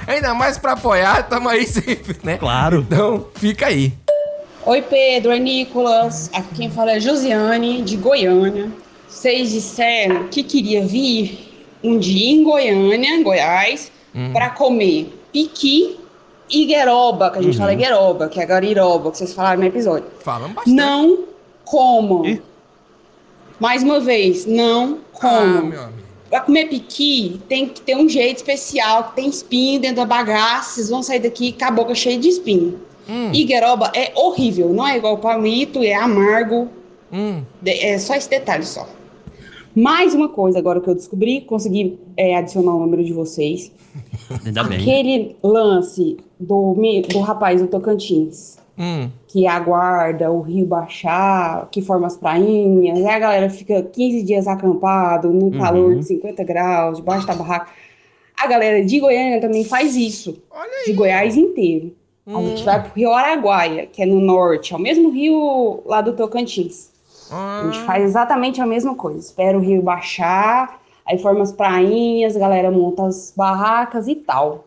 Ainda mais pra apoiar, tamo aí sempre, né? Claro. Então, fica aí. Oi, Pedro, é Nicolas. Aqui quem fala é Josiane, de Goiânia. Vocês disseram que queria vir um dia em Goiânia, Goiás, Uhum. Hum. para comer piqui e gueroba, que a gente Uhum. fala gueroba, que é gariroba, que vocês falaram no episódio. Falamos bastante. Não comam. Mais uma vez, não comam. Ah, amigo. Pra comer piqui, tem que ter um jeito especial, que tem espinho dentro da bagaça, vocês vão sair daqui com a boca cheia de espinho. E gueroba é horrível, não é igual palmito, é amargo. De- é só esse detalhe só. Mais uma coisa agora que eu descobri, consegui é, adicionar o número de vocês. Ainda bem. Aquele lance do, me- do rapaz do Tocantins, Hum. que aguarda o rio baixar, que forma as prainhas, aí a galera fica 15 dias acampado, no calor de 50 graus, debaixo da barraca. A galera de Goiânia também faz isso, de Goiás inteiro. A gente vai pro Rio Araguaia, que é no norte, é o mesmo rio lá do Tocantins. A gente faz exatamente a mesma coisa. Espera o rio baixar, aí forma as prainhas, a galera monta as barracas e tal.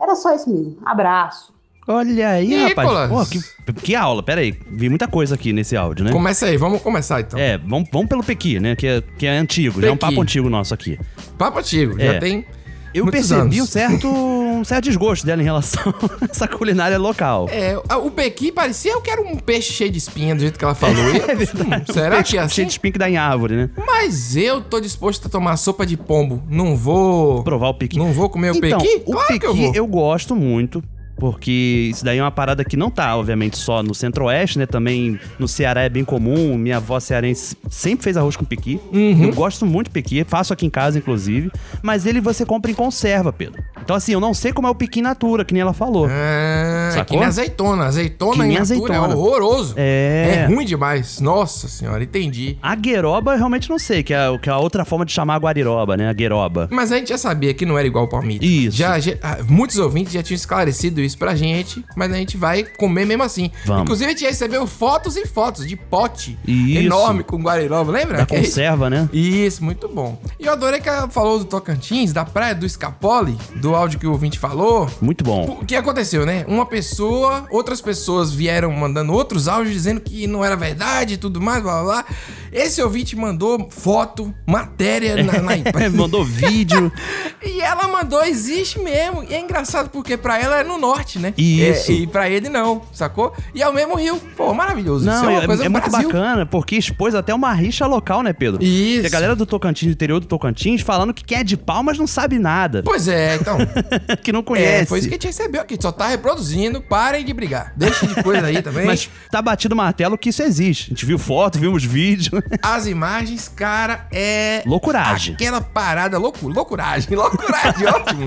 Era só isso mesmo. Abraço. Olha aí, Nicolas. rapaz. Pô, que, que aula, peraí. Vi muita coisa aqui nesse áudio, né? Começa aí, vamos começar então. É, vamos, vamos pelo Pequi, né? Que é, que é antigo, já é um Pequi. papo antigo nosso aqui. É. Papo antigo, já tem Eu muitos percebi anos. um certo, um certo desgosto dela em relação a essa culinária local. É, a- o Pequi parecia eu quero um peixe cheio de espinha, do jeito que ela falou. E eu, hum, será que é assim? É Cheio de espinho que dá em árvore, né? Mas eu tô disposto a tomar sopa de pombo. Não vou. Provar o Pequi. Não vou comer o então, Pequi? o claro pequi que eu vou. gosto muito, porque isso daí é uma parada que não tá, obviamente, só no Centro-Oeste, né? Também no Ceará é bem comum. Minha avó cearense sempre fez arroz com pequi. Uhum. Eu gosto muito de pequi, faço aqui em casa, inclusive. Mas ele você compra em conserva, Pedro. Então, assim, eu não sei como é o pequi in natura, que nem ela falou. Ah, é que nem azeitona. Azeitona Que em nem natura é azeitona. horroroso. É. É ruim demais. Nossa senhora, entendi. A gueroba eu realmente não sei, que é, o- que é a outra forma de chamar a guariroba, né? A gueroba. Mas a gente já sabia que não era igual o palmito. Isso. Já, já- ah, muitos ouvintes já tinham esclarecido isso pra gente, mas a gente vai comer mesmo assim. Vamos. Inclusive, a gente recebeu fotos e fotos de pote Isso. enorme com guariroba, lembra? Da Que a gente- conserva, né? Isso, muito bom. E eu adorei que ela falou do Tocantins, da praia do Escapole, do áudio que o ouvinte falou. Muito bom. O que aconteceu, né? Uma pessoa, outras pessoas vieram mandando outros áudios dizendo que não era verdade e tudo mais, blá blá blá. Esse ouvinte mandou foto, matéria na, na imprensa. Mandou vídeo. E ela mandou, existe mesmo. E é engraçado porque pra ela é no norte, né? Isso. É, E, pra ele não, sacou? E é o mesmo rio. Pô, maravilhoso. Isso Não, é é, uma coisa é do muito Brasil. bacana, porque expôs até uma rixa local, né, Pedro? Isso. Que a galera do Tocantins, do interior do Tocantins, falando que quem é de palmas não sabe nada. Pois é, então. que não conhece. É, foi isso que a gente recebeu aqui. Só tá reproduzindo, parem de brigar. Deixem de coisa aí também. Mas tá batido o martelo que isso existe. A gente viu foto, vimos vídeo. As imagens, cara, é. Loucuragem. Aquela parada, loucu, loucuragem, loucuragem, ótimo.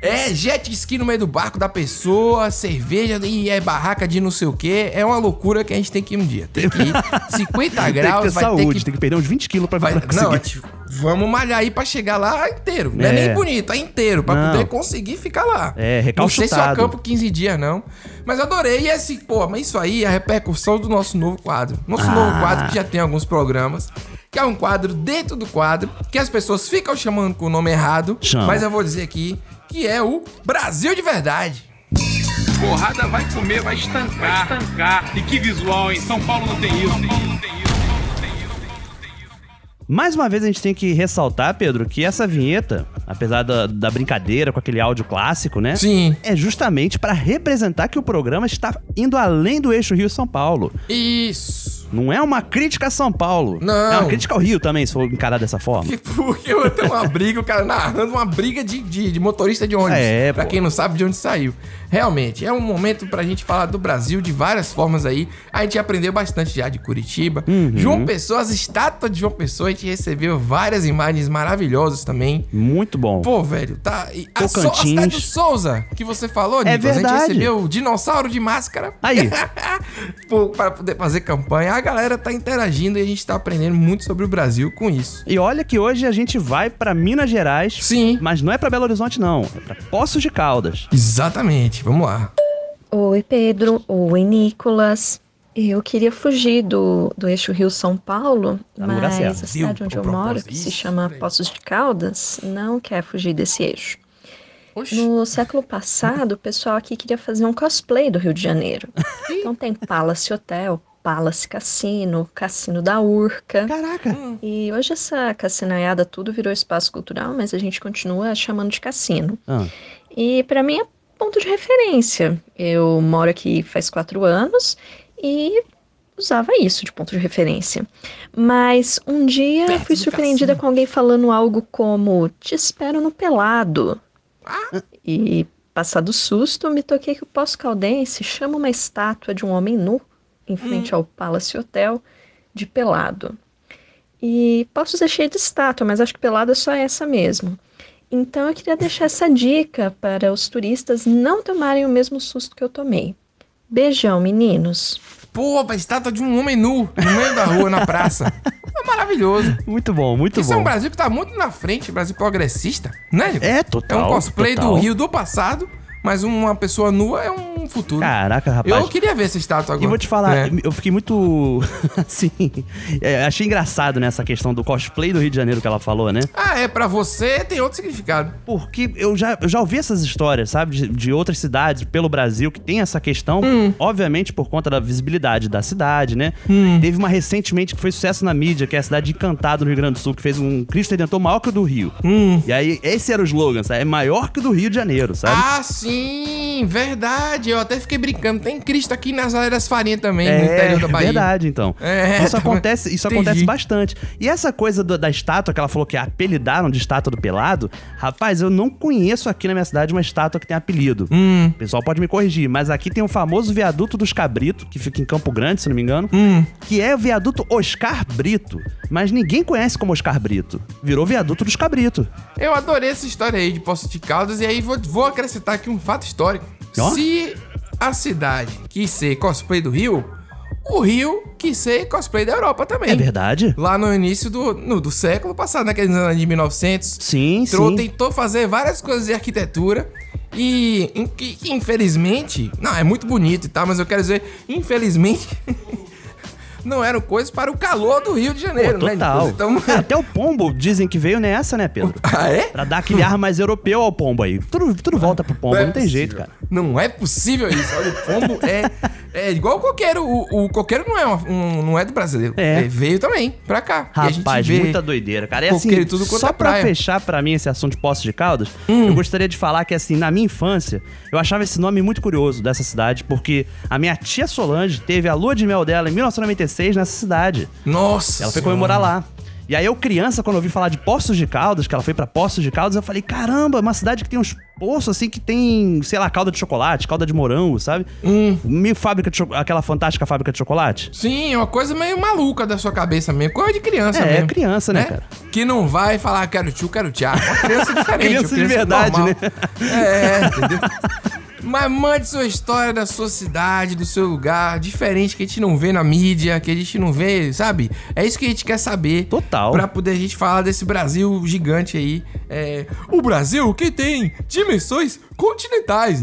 É jet ski no meio do barco da pessoa, cerveja e é barraca de não sei o quê. É uma loucura que a gente tem que ir um dia. Tem que ir 50 Tem que graus, ter vai saúde, ter que. tem que perder uns 20 quilos pra, vai- pra conseguir. Não, tipo, vamos malhar aí pra chegar lá inteiro. Não é, É. nem bonito, é inteiro, pra Não. poder conseguir ficar lá. É, Não sei se eu recalchutado. acampo 15 dias, não. Mas eu adorei. E esse, pô, mas isso aí é a repercussão do nosso novo quadro. Nosso Ah. novo quadro que já tem alguns programas. Que é um quadro dentro do quadro, que as pessoas ficam chamando com o nome errado. Chama. Mas eu vou dizer aqui que é o Brasil de Verdade. Porrada vai comer, vai estancar. Vai estancar. E que visual, hein? São Paulo não tem isso. São Paulo não tem isso. Mais uma vez a gente tem que ressaltar, Pedro, que essa vinheta, apesar da, da brincadeira com aquele áudio clássico, né? Sim. É justamente pra representar que o programa está indo além do eixo Rio-São Paulo. Isso. Não é uma crítica a São Paulo. Não. É uma crítica ao Rio também, se for encarar dessa forma. Porque eu tenho uma briga, o cara narrando uma briga de, de, de motorista de ônibus. É, pra pô. quem não sabe de onde saiu. Realmente, é um momento pra gente falar do Brasil de várias formas aí. A gente aprendeu bastante já de Curitiba. Uhum. João Pessoa, as estátuas de João Pessoa, a gente recebeu várias imagens maravilhosas também. Muito bom. Pô, velho, tá. E a, so, a Tocantins. cidade do Souza, que você falou, É Nicolas, a gente verdade. recebeu o dinossauro de máscara. Aí. Pô, pra poder fazer campanha. A galera tá interagindo e a gente tá aprendendo muito sobre o Brasil com isso. E olha que hoje a gente vai pra Minas Gerais. Sim. Mas não é pra Belo Horizonte, não. É pra Poços de Caldas. Exatamente. Vamos lá. Oi, Pedro. Oi, Nicolas. Eu queria fugir do, do eixo Rio-São Paulo, Tá no lugar mas certo. a cidade onde eu moro, que se chama Poços de Caldas, não quer fugir desse eixo. No século passado, o pessoal aqui queria fazer um cosplay do Rio de Janeiro. Então tem Palace Hotel, Palace Cassino, Cassino da Urca. Caraca! E hoje essa cassinaiada tudo virou espaço cultural, mas a gente continua chamando de cassino. Ah. E para mim é ponto de referência. Eu moro aqui faz quatro anos e usava isso de ponto de referência. Mas um dia fui surpreendida com alguém falando algo como: Te espero no pelado. E, passado o susto, me toquei que o pós-caldense chama uma estátua de um homem nu em frente ao Palace Hotel de pelado. E posso ser cheio de estátua, mas acho que pelado é só essa mesmo. Então eu queria deixar essa dica para os turistas não tomarem o mesmo susto que eu tomei. Beijão, meninos. Pô, a estátua de um homem nu no meio da rua, na praça. É maravilhoso. Muito bom, muito Isso bom. é um Brasil que tá muito na frente, Brasil progressista, né? Nico? É, total, É um cosplay total. do Rio do passado, mas uma pessoa nua é um futuro. Caraca, rapaz. Eu queria ver essa estátua agora. E vou te falar, É. eu fiquei muito. assim. é, achei engraçado nessa questão do cosplay do Rio de Janeiro que ela falou, né? Ah, é, pra você tem outro significado. Porque eu já, eu já ouvi essas histórias, sabe? De, de outras cidades pelo Brasil que tem essa questão, obviamente por conta da visibilidade da cidade, né? Teve uma recentemente que foi sucesso na mídia, que é a cidade de Encantado no Rio Grande do Sul, que fez um Cristo Redentor maior que o do Rio. E aí, esse era o slogan, sabe? É maior que o do Rio de Janeiro, sabe? Ah, sim, verdade. Eu até fiquei brincando. Tem Cristo aqui nas áreas das farinhas também, no É, interior da Bahia. verdade, então. É, isso tá- acontece, isso entendi. acontece bastante. E essa coisa do- da estátua que ela falou que é apelidaram de estátua do pelado, rapaz, eu não conheço aqui na minha cidade uma estátua que tem apelido. Hum. O pessoal pode me corrigir, mas aqui tem o famoso viaduto dos Cabritos, que fica em Campo Grande, se não me engano, Hum. que é o viaduto Oscar Brito, mas ninguém conhece como Oscar Brito. Virou viaduto dos Cabritos. Eu adorei essa história aí de Poço de Caldas e aí vou, vou acrescentar aqui um fato histórico. Ó. Se a cidade quis ser cosplay do Rio, o Rio quis ser cosplay da Europa também. É verdade? Lá no início do, no- do século passado, naqueles anos de 1900. Sim, Trou sim. Tentou fazer várias coisas de arquitetura e, in- que- que infelizmente... Não, é muito bonito e tal, mas eu quero dizer, infelizmente... Não eram coisas para o calor do Rio de Janeiro, Pô, né? total. Então, Até o pombo dizem que veio nessa, né, Pedro? Ah, é? Pra dar aquele ar mais europeu ao pombo aí. Tudo, tudo volta pro pombo, Não não, é tem possível. jeito, cara. Não é possível isso. Olha, o pombo é, é igual o coqueiro. O, o coqueiro não é, uma- um- não é do brasileiro. É. Ele veio também pra cá. E a gente Rapaz, vê muita doideira, cara. É assim, coqueiro tudo quanto só é pra praia. Hum. fechar pra mim esse assunto de Poços de Caldas, eu gostaria de falar que, assim, na minha infância, eu achava esse nome muito curioso dessa cidade, porque a minha tia Solange teve a lua de mel dela em 1996 nessa cidade. Nossa! Ela foi Senhora. comemorar lá. E aí eu, criança, quando eu ouvi falar de Poços de Caldas, que ela foi pra Poços de Caldas, eu falei, caramba, é uma cidade que tem uns poços, assim, que tem, sei lá, calda de chocolate, calda de morango, sabe? Hum. Meio fábrica de cho- aquela fantástica fábrica de chocolate. Sim, é uma coisa meio maluca da sua cabeça mesmo. Coisa de criança É, mesmo. é criança, né, cara? Que não vai falar quero tio, quero tchá. Uma criança diferente. Criança uma de verdade, normal. né? É, entendeu? Mas mande sua história da sua cidade, do seu lugar, diferente que a gente não vê na mídia, que a gente não vê, sabe? É isso que a gente quer saber. Total. Pra poder a gente falar desse Brasil gigante aí. É, o Brasil que tem dimensões continentais,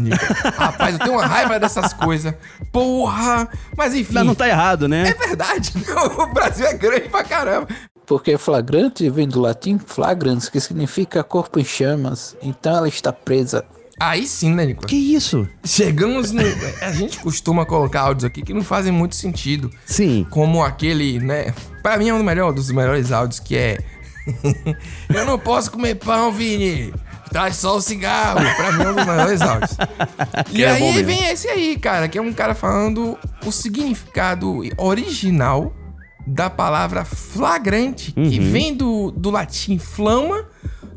Nico. Rapaz, eu tenho uma raiva dessas coisas. Porra! Mas enfim. Não, não tá errado, né? É verdade. O Brasil é grande pra caramba. Porque é flagrante vem do latim flagrans, que significa corpo em chamas, então ela está presa. Aí sim, né, Nico? Que isso? Chegamos no. A gente costuma colocar áudios aqui que não fazem muito sentido. Sim. Como aquele, né? Pra mim é um do melhor- dos melhores áudios que é. Eu não posso comer pão, Vini! Traz só o cigarro! Pra mim é um dos melhores áudios. E Que era aí é bom mesmo. vem esse aí, cara, que é um cara falando o significado original da palavra flagrante, que Uhum. vem do, do latim flama,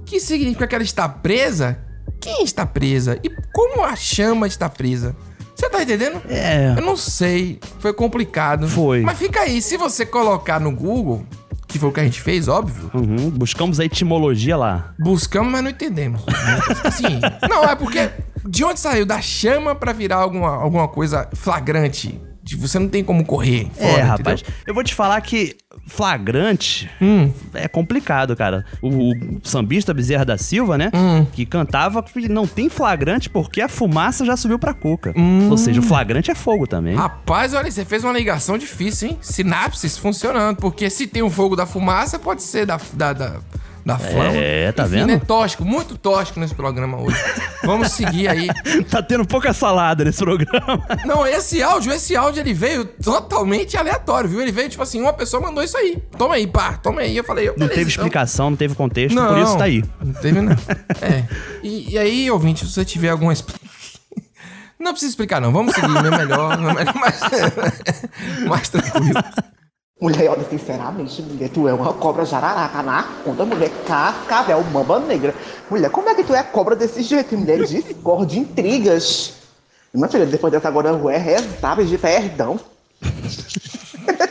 que significa que ela está presa. Quem está presa? E como a chama está presa? Você tá entendendo? É. Eu não sei. Foi complicado. Foi. Mas fica aí, se você colocar no Google, que foi o que a gente fez, óbvio, Uhum, Buscamos a etimologia lá. buscamos, mas não entendemos. Assim, não, é porque de onde saiu? Da chama pra virar alguma, alguma coisa flagrante. De você não tem como correr. Fora, é, entendeu? rapaz. Eu vou te falar que flagrante é complicado, cara. O, o sambista Bezerra da Silva, né? Que cantava que não tem flagrante porque a fumaça já subiu pra cuca. Ou seja, o flagrante é fogo também. Rapaz, olha, você fez uma ligação difícil, hein? Sinapses funcionando. Porque se tem o fogo da fumaça, pode ser da, da, da, da flama. É, tá Enfim, vendo? né? Tóxico, muito tóxico nesse programa hoje. Vamos seguir aí. tá tendo pouca salada nesse programa. Não, esse áudio, esse áudio, ele veio totalmente aleatório, viu? Ele veio, tipo assim, uma pessoa mandou isso aí. Toma aí, pá, toma aí. Eu falei, eu Não teve explicação, não teve contexto, Então- Não. por isso tá aí. Não teve, não. É. E, e aí, ouvinte, se você tiver alguma expli- Não precisa explicar, não. Vamos seguir, é melhor. É melhor mais, mais tranquilo. Mulher, olha, sinceramente, mulher, tu é uma cobra jararaca na conta, mulher, cascavel, mamba negra. Mulher, como é que tu é cobra desse jeito, mulher? Discorde, intrigas. Minha filha, depois dessa agora eu vou é rezar, pedir perdão.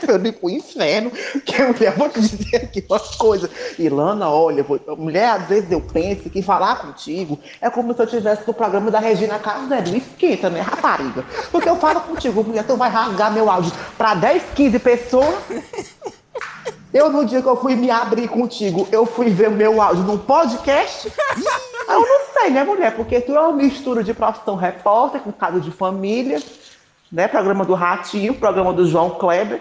eu digo pro inferno, que mulher, vou te dizer aqui uma coisa. Ilana, olha, vou- mulher, às vezes eu penso que falar contigo é como se eu estivesse no programa da Regina Casé, esquenta, né, rapariga? Porque eu falo contigo, mulher, tu vai rasgar meu áudio pra 10, 15 pessoas. Eu, no dia que eu fui me abrir contigo, eu fui ver o meu áudio num podcast. Eu não sei, né, mulher? Porque tu é uma mistura de profissão repórter com casa de família, né? Programa do Ratinho, programa do João Kleber.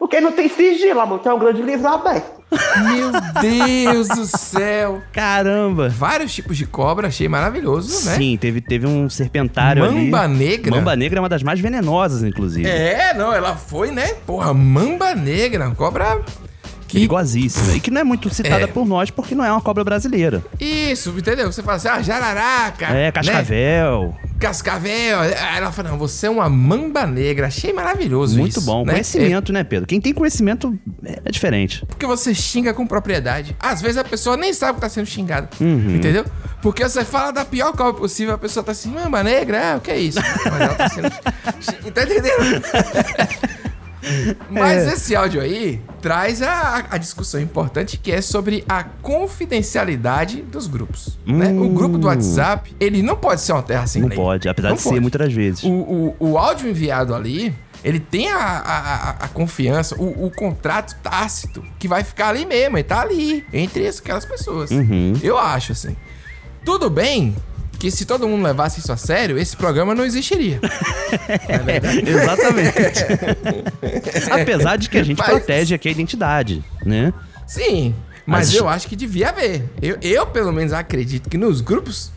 Porque não tem sigilo, amor. Tu é um grande livro aberto. Meu Deus do céu! Caramba! Vários tipos de cobra, achei maravilhoso, né? Sim, teve, teve um serpentário ali. Mamba negra? Mamba negra é uma das mais venenosas, inclusive. É, não, ela foi, né? Porra, mamba negra, cobra. Perigosíssima. E que não é muito citada É. por nós porque não é uma cobra brasileira. Isso, entendeu? Você fala assim, ah, jararaca. é, né? cascavel. Cascavel. Aí Ela fala, não, você é uma mamba negra. Achei maravilhoso Muito isso. bom. né? Conhecimento, né, Pedro? Quem tem conhecimento é é diferente. Porque você xinga com propriedade. Às vezes a pessoa nem sabe que tá sendo xingada. Uhum. Entendeu? Porque você fala da pior cobra possível, a pessoa tá assim, mamba negra, ah, o que é isso? Mas ela tá sendo. xi- tá entendendo? Mas É. esse áudio aí traz a, a discussão importante que é sobre a confidencialidade dos grupos. né? O grupo do WhatsApp, ele não pode ser uma terra sem Hum. Não lei. pode, apesar né? Não de ser pode. muitas vezes. O, o, o áudio enviado ali, ele tem a, a, a- a confiança, o, o contrato tácito que vai ficar ali mesmo, e tá ali, entre as- aquelas pessoas. Uhum. Eu acho, assim. Tudo bem que se todo mundo levasse isso a sério, esse programa não existiria. É Exatamente. Apesar de que a gente Mas- protege aqui a identidade, né? Sim, mas Mas- eu acho que devia haver. Eu, eu, pelo menos, acredito que nos grupos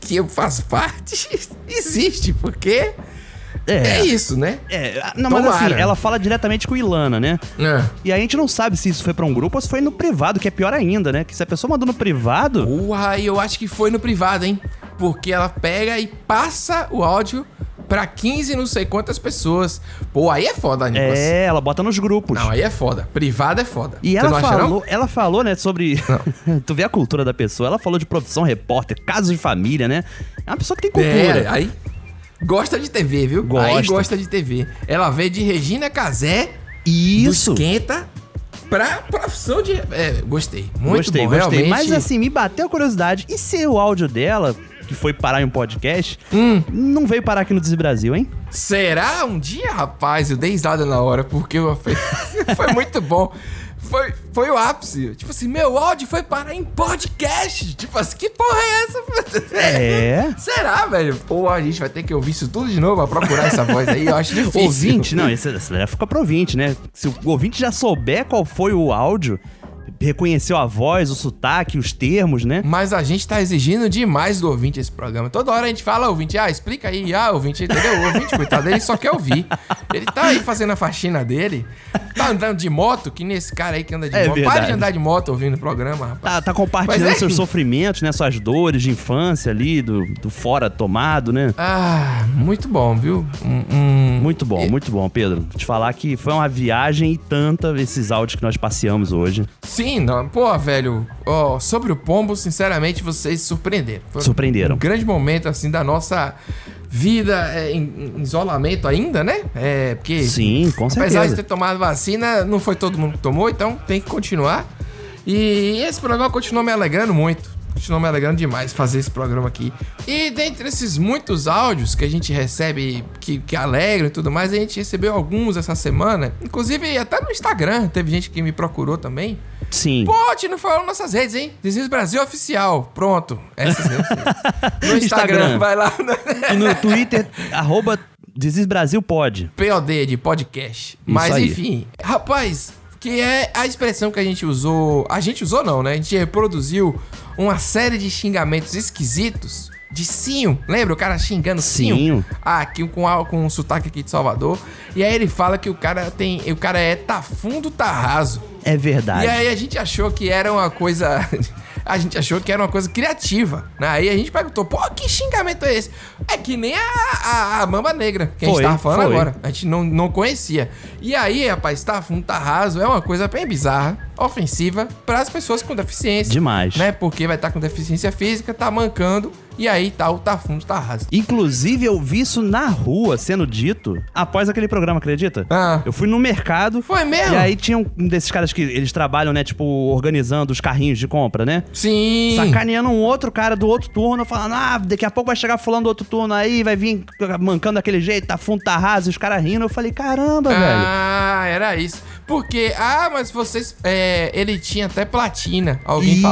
que eu faço parte, existe, porque é, isso, né? É, Não, mas assim, ela fala diretamente com Ilana, né? É. E aí a gente não sabe se isso foi pra um grupo ou se foi no privado, que é pior ainda, né? Que se a pessoa mandou no privado. Porra, e eu acho que foi no privado, hein? Porque ela pega e passa o áudio pra 15 não sei quantas pessoas. Pô, aí é foda, Nicolas. É, ela bota nos grupos. Não, aí é foda. Privado é foda. E Você ela não acha, falou, ela falou, né, sobre. tu vê a cultura da pessoa. Ela falou de profissão repórter, casos de família, né? É uma pessoa que tem não? cultura. É, aí gosta de TV, viu? Aí Gosta. gosta de TV. Ela veio de Regina Casé Isso. do Esquenta pra profissão de... É, gostei. Muito gostei, bom, gostei. realmente. Mas assim, me bateu a curiosidade. E se o áudio dela, que foi parar em um podcast, não veio parar aqui no Desi Brasil, hein? Hum. Será um dia, rapaz? Eu dei risada na hora, porque eu- foi, foi muito bom. Foi, foi o ápice. Tipo assim, meu áudio foi parar em podcast. Tipo assim, que porra é essa? É. Será, velho? Pô, a gente vai ter que ouvir isso tudo de novo pra procurar essa voz aí. Eu acho difícil. Ouvinte, não, esse, esse daí fica pro ouvinte, né? Se o ouvinte já souber qual foi o áudio, reconheceu a voz, o sotaque, os termos, né? Mas a gente tá exigindo demais do ouvinte esse programa. Toda hora a gente fala, ouvinte, ah, explica aí, ah, ouvinte, entendeu? O ouvinte, coitado, ele só quer ouvir. Ele tá aí fazendo a faxina dele, tá andando de moto, que nesse cara aí que anda de É moto. Para verdade. de andar de moto ouvindo o programa, rapaz. Tá, tá compartilhando Mas é. seus sofrimentos, né? Suas dores de infância ali, do, do fora tomado, né? Ah, muito bom, viu? Um, Muito bom, muito bom, Pedro. Vou te falar que foi uma viagem e tanta esses áudios que nós passeamos hoje. Sim, não, pô, velho, ó, sobre o pombo, sinceramente, vocês surpreenderam. Foi Surpreenderam. Um grande momento, assim, da nossa vida é, em, em isolamento ainda, né? É, porque... Sim, com Apesar de certeza. ter tomado vacina, não foi todo mundo que tomou, então tem que continuar. E esse programa continuou me alegrando muito. Continuou me alegrando demais fazer esse programa aqui. E dentre esses muitos áudios que a gente recebe, que, que alegram e tudo mais, a gente recebeu alguns essa semana. Inclusive, até no Instagram, teve gente que me procurou também. Sim. Pô, te não falou nossas redes, hein? Desenhos Brasil Oficial. Pronto. Essas redes. No Instagram, vai lá. E no Twitter, arroba Desis Brasil pode. POD de podcast. Mas aí. enfim, rapaz, que é a expressão que a gente usou. A gente usou não, né? A gente reproduziu uma série de xingamentos esquisitos de Sinho. Lembra o cara xingando Sinho? Sinho. Ah, aqui com, a- com um sotaque aqui de Salvador. E aí ele fala que o cara tem. O cara é tá fundo, tá raso. É verdade. E aí a gente achou que era uma coisa. a gente achou que era uma coisa criativa. né? Aí a gente perguntou, pô, que xingamento é esse? É que nem a, a, a Mamba Negra, que a gente Foi, tava falando foi. agora. A gente não, não conhecia. E aí, rapaz, tafundo, tarraso é uma coisa bem bizarra, ofensiva, para as pessoas com deficiência. Demais. Né? Porque vai estar com deficiência física, tá mancando, e aí tá o tafundo, tarraso. Inclusive, eu vi isso na rua sendo dito após aquele programa, acredita? Eu fui no mercado. Ah. Foi mesmo? E aí tinha um desses caras que eles trabalham, né? Tipo, organizando os carrinhos de compra, né? Sim. Sacaneando um outro cara do outro turno, falando: ah, daqui a pouco vai chegar fulano do outro turno aí, vai vir mancando daquele jeito, tá fundo, tá raso, e os caras rindo. Eu falei: caramba, velho. Ah, era isso. Porque, ah, mas vocês. é, ele tinha até platina, alguém Isso,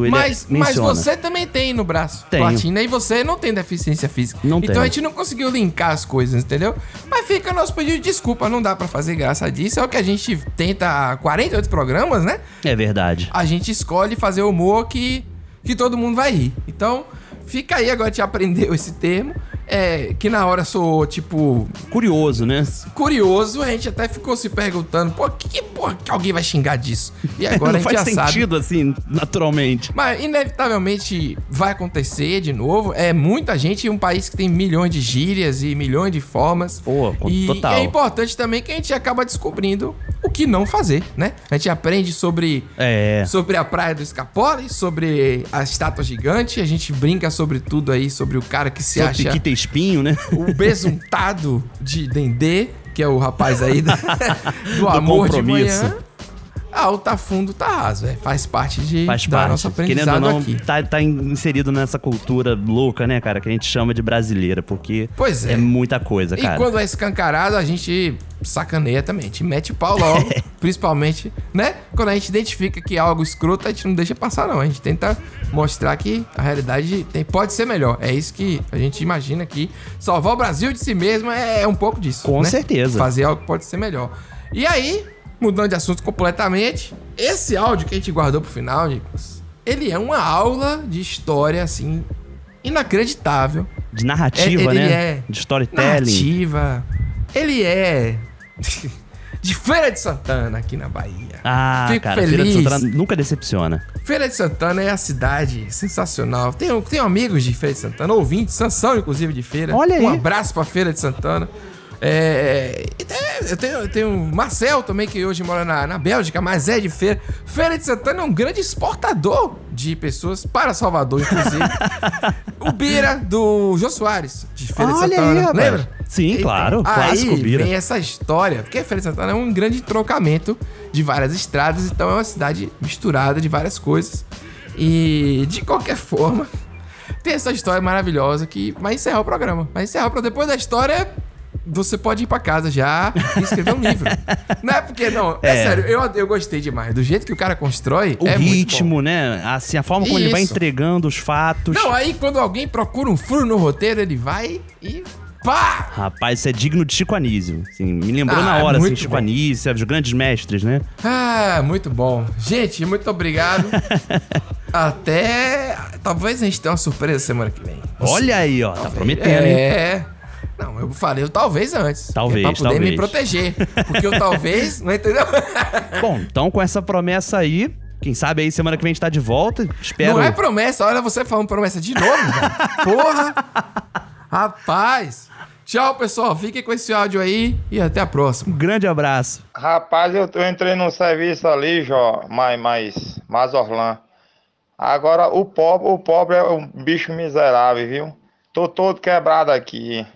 falou. ele é- mas, mas menciona. você também tem no braço Tenho. platina e você não tem deficiência física. Não então tenho. a gente não conseguiu linkar as coisas, entendeu? Mas fica nosso pedido de desculpa, não dá pra fazer graça disso. É o que a gente tenta há 48 programas, né? É verdade. A gente escolhe fazer humor que, que todo mundo vai rir. Então, fica aí agora que aprendeu esse termo. É, que na hora sou, tipo, Curioso, né? curioso, a gente até ficou se perguntando, pô, que, que porra que alguém vai xingar disso? E agora não a gente faz já sabe. sentido assim, naturalmente. Mas inevitavelmente vai acontecer de novo. É muita gente, um país que tem milhões de gírias e milhões de formas. e total. é importante também que a gente acaba descobrindo o que não fazer, né? A gente aprende sobre É. sobre a praia do Escapole, sobre a estátua gigante, a gente brinca sobre tudo aí, sobre o cara que se Sobre acha Piquita Espinho, né? o besuntado de Dendê, que é o rapaz aí da- do, Do amor de compromisso. manhã. Ah, o tá fundo, tá raso, é. Faz parte de Faz da parte. nossa Querendo ou aprendizado não, aqui. Tá, tá inserido nessa cultura louca, né, cara? Que a gente chama de brasileira, porque Pois é. muita coisa, E cara. quando é escancarado, a gente sacaneia também, a gente mete o pau logo, principalmente, né? Quando a gente identifica que é algo escroto, a gente não deixa passar não, a gente tenta mostrar que a realidade tem, pode ser melhor. É isso que a gente imagina aqui. Salvar o Brasil de si mesmo é, é um pouco disso, Com né? certeza. Fazer algo que pode ser melhor. E aí, mudando de assunto completamente, esse áudio que a gente guardou pro final, Nicolas, ele é uma aula de história, assim, inacreditável. De narrativa, É, ele né? é. De storytelling. Narrativa. Ele é de Feira de Santana aqui na Bahia. Ah, Fico cara, Feira de feliz. Santana nunca decepciona. Feira de Santana é a cidade sensacional. Tenho, tenho amigos de Feira de Santana, ouvintes, Sansão, inclusive, de Feira. Olha aí. Um abraço pra Feira de Santana. É, e tem- eu, tenho, eu tenho o Marcel também, que hoje mora na, na Bélgica, mas é de Feira. Feira de Santana é um grande exportador de pessoas para Salvador, inclusive. o Bira, do Jô Soares, de Feira de Olha Santana. aí, rapaz. Lembra? Sim, claro. aí Clássico Bira. vem essa história, porque Feira de Santana é um grande trocamento de várias estradas, então é uma cidade misturada de várias coisas. E de qualquer forma, tem essa história maravilhosa que vai encerrar o programa. Vai encerrar para depois da história você pode ir pra casa já e escrever um livro. Não é porque não, é, É. sério, eu, eu gostei demais do jeito que o cara constrói, O é muito bom. ritmo, né? Assim, a forma como ele vai Isso. entregando os fatos. Não, aí quando alguém procura um furo no roteiro, ele vai e pá! Rapaz, isso é digno de Chico Anísio. Assim, me lembrou Ah, na hora, assim, muito Chico bom. Anísio, os grandes mestres, né? Ah, muito bom. Gente, muito obrigado. Até. Talvez a gente tenha uma surpresa semana que vem. Olha aí, ó, tá prometendo, hein? é. Não, eu falei o talvez antes. Talvez, É pra poder talvez. me proteger. Porque o talvez, não entendeu? Bom, então com essa promessa aí, quem sabe aí semana que vem a gente tá de volta. Espero. Não é promessa. Olha você falando promessa de novo, velho. Porra! Rapaz! Tchau, pessoal. Fiquem com esse áudio aí e até a próxima. Um grande abraço. Rapaz, eu, eu entrei num serviço ali, Jó, mais, mais, mais Orlan. Agora, o pobre, o pobre é um bicho miserável, viu? Tô todo quebrado aqui.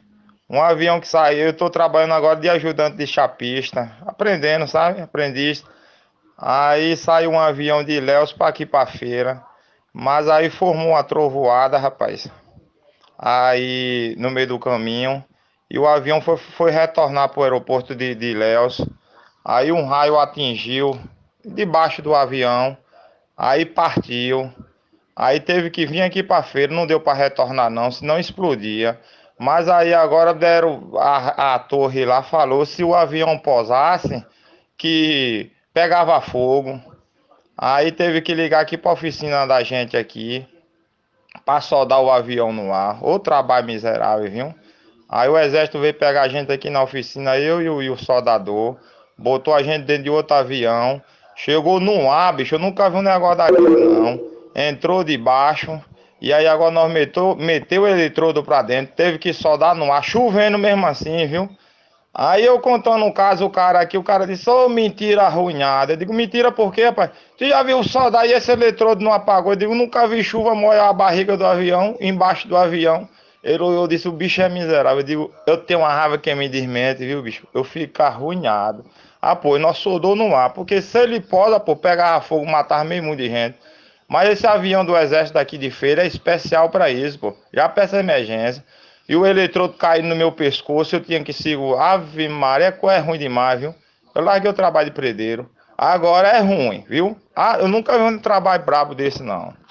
Um avião que saiu, eu tô trabalhando agora de ajudante de chapista. Aprendendo, sabe? Aprendiz. Aí saiu um avião de Léus pra aqui pra feira. Mas aí formou uma trovoada, rapaz. Aí, no meio do caminho. E o avião foi, foi retornar pro aeroporto de, de Léus. Aí um raio atingiu debaixo do avião, aí partiu. Aí teve que vir aqui para feira, não deu para retornar não, senão explodia. Mas aí agora deram a, a torre lá falou se o avião pousasse que pegava fogo. Aí teve que ligar aqui para oficina da gente aqui para soldar o avião no ar. Ô trabalho miserável, viu? Aí o exército veio pegar a gente aqui na oficina, eu e o, e o soldador, botou a gente dentro de outro avião. Chegou no ar, bicho, eu nunca vi um negócio daquele, não. entrou de baixo. E aí agora nós meteu, meteu o eletrodo pra dentro, teve que soldar no ar, chovendo mesmo assim, viu? Aí eu contando um caso, o cara aqui, o cara disse, ô mentira arruinada. Eu digo, mentira por quê, rapaz? Tu já viu soldar e esse eletrodo não apagou? Eu digo, nunca vi chuva molhar a barriga do avião, embaixo do avião. Ele olhou e disse, o bicho é miserável. Eu digo, eu tenho uma raiva que me desmente, viu, bicho? Eu fico arruinado. Ah, pô, e nós soldou no ar, porque se ele posa, pô, pegava fogo, matava meio mundo de gente. Mas esse avião do exército daqui de feira é especial para isso, pô. Já peça emergência. E o eletrodo caindo no meu pescoço, eu tinha que segurar. Ave Maria, qual é ruim demais, viu? Eu larguei o trabalho de predeiro. Agora é ruim, viu? Ah, eu nunca vi um trabalho brabo desse, não.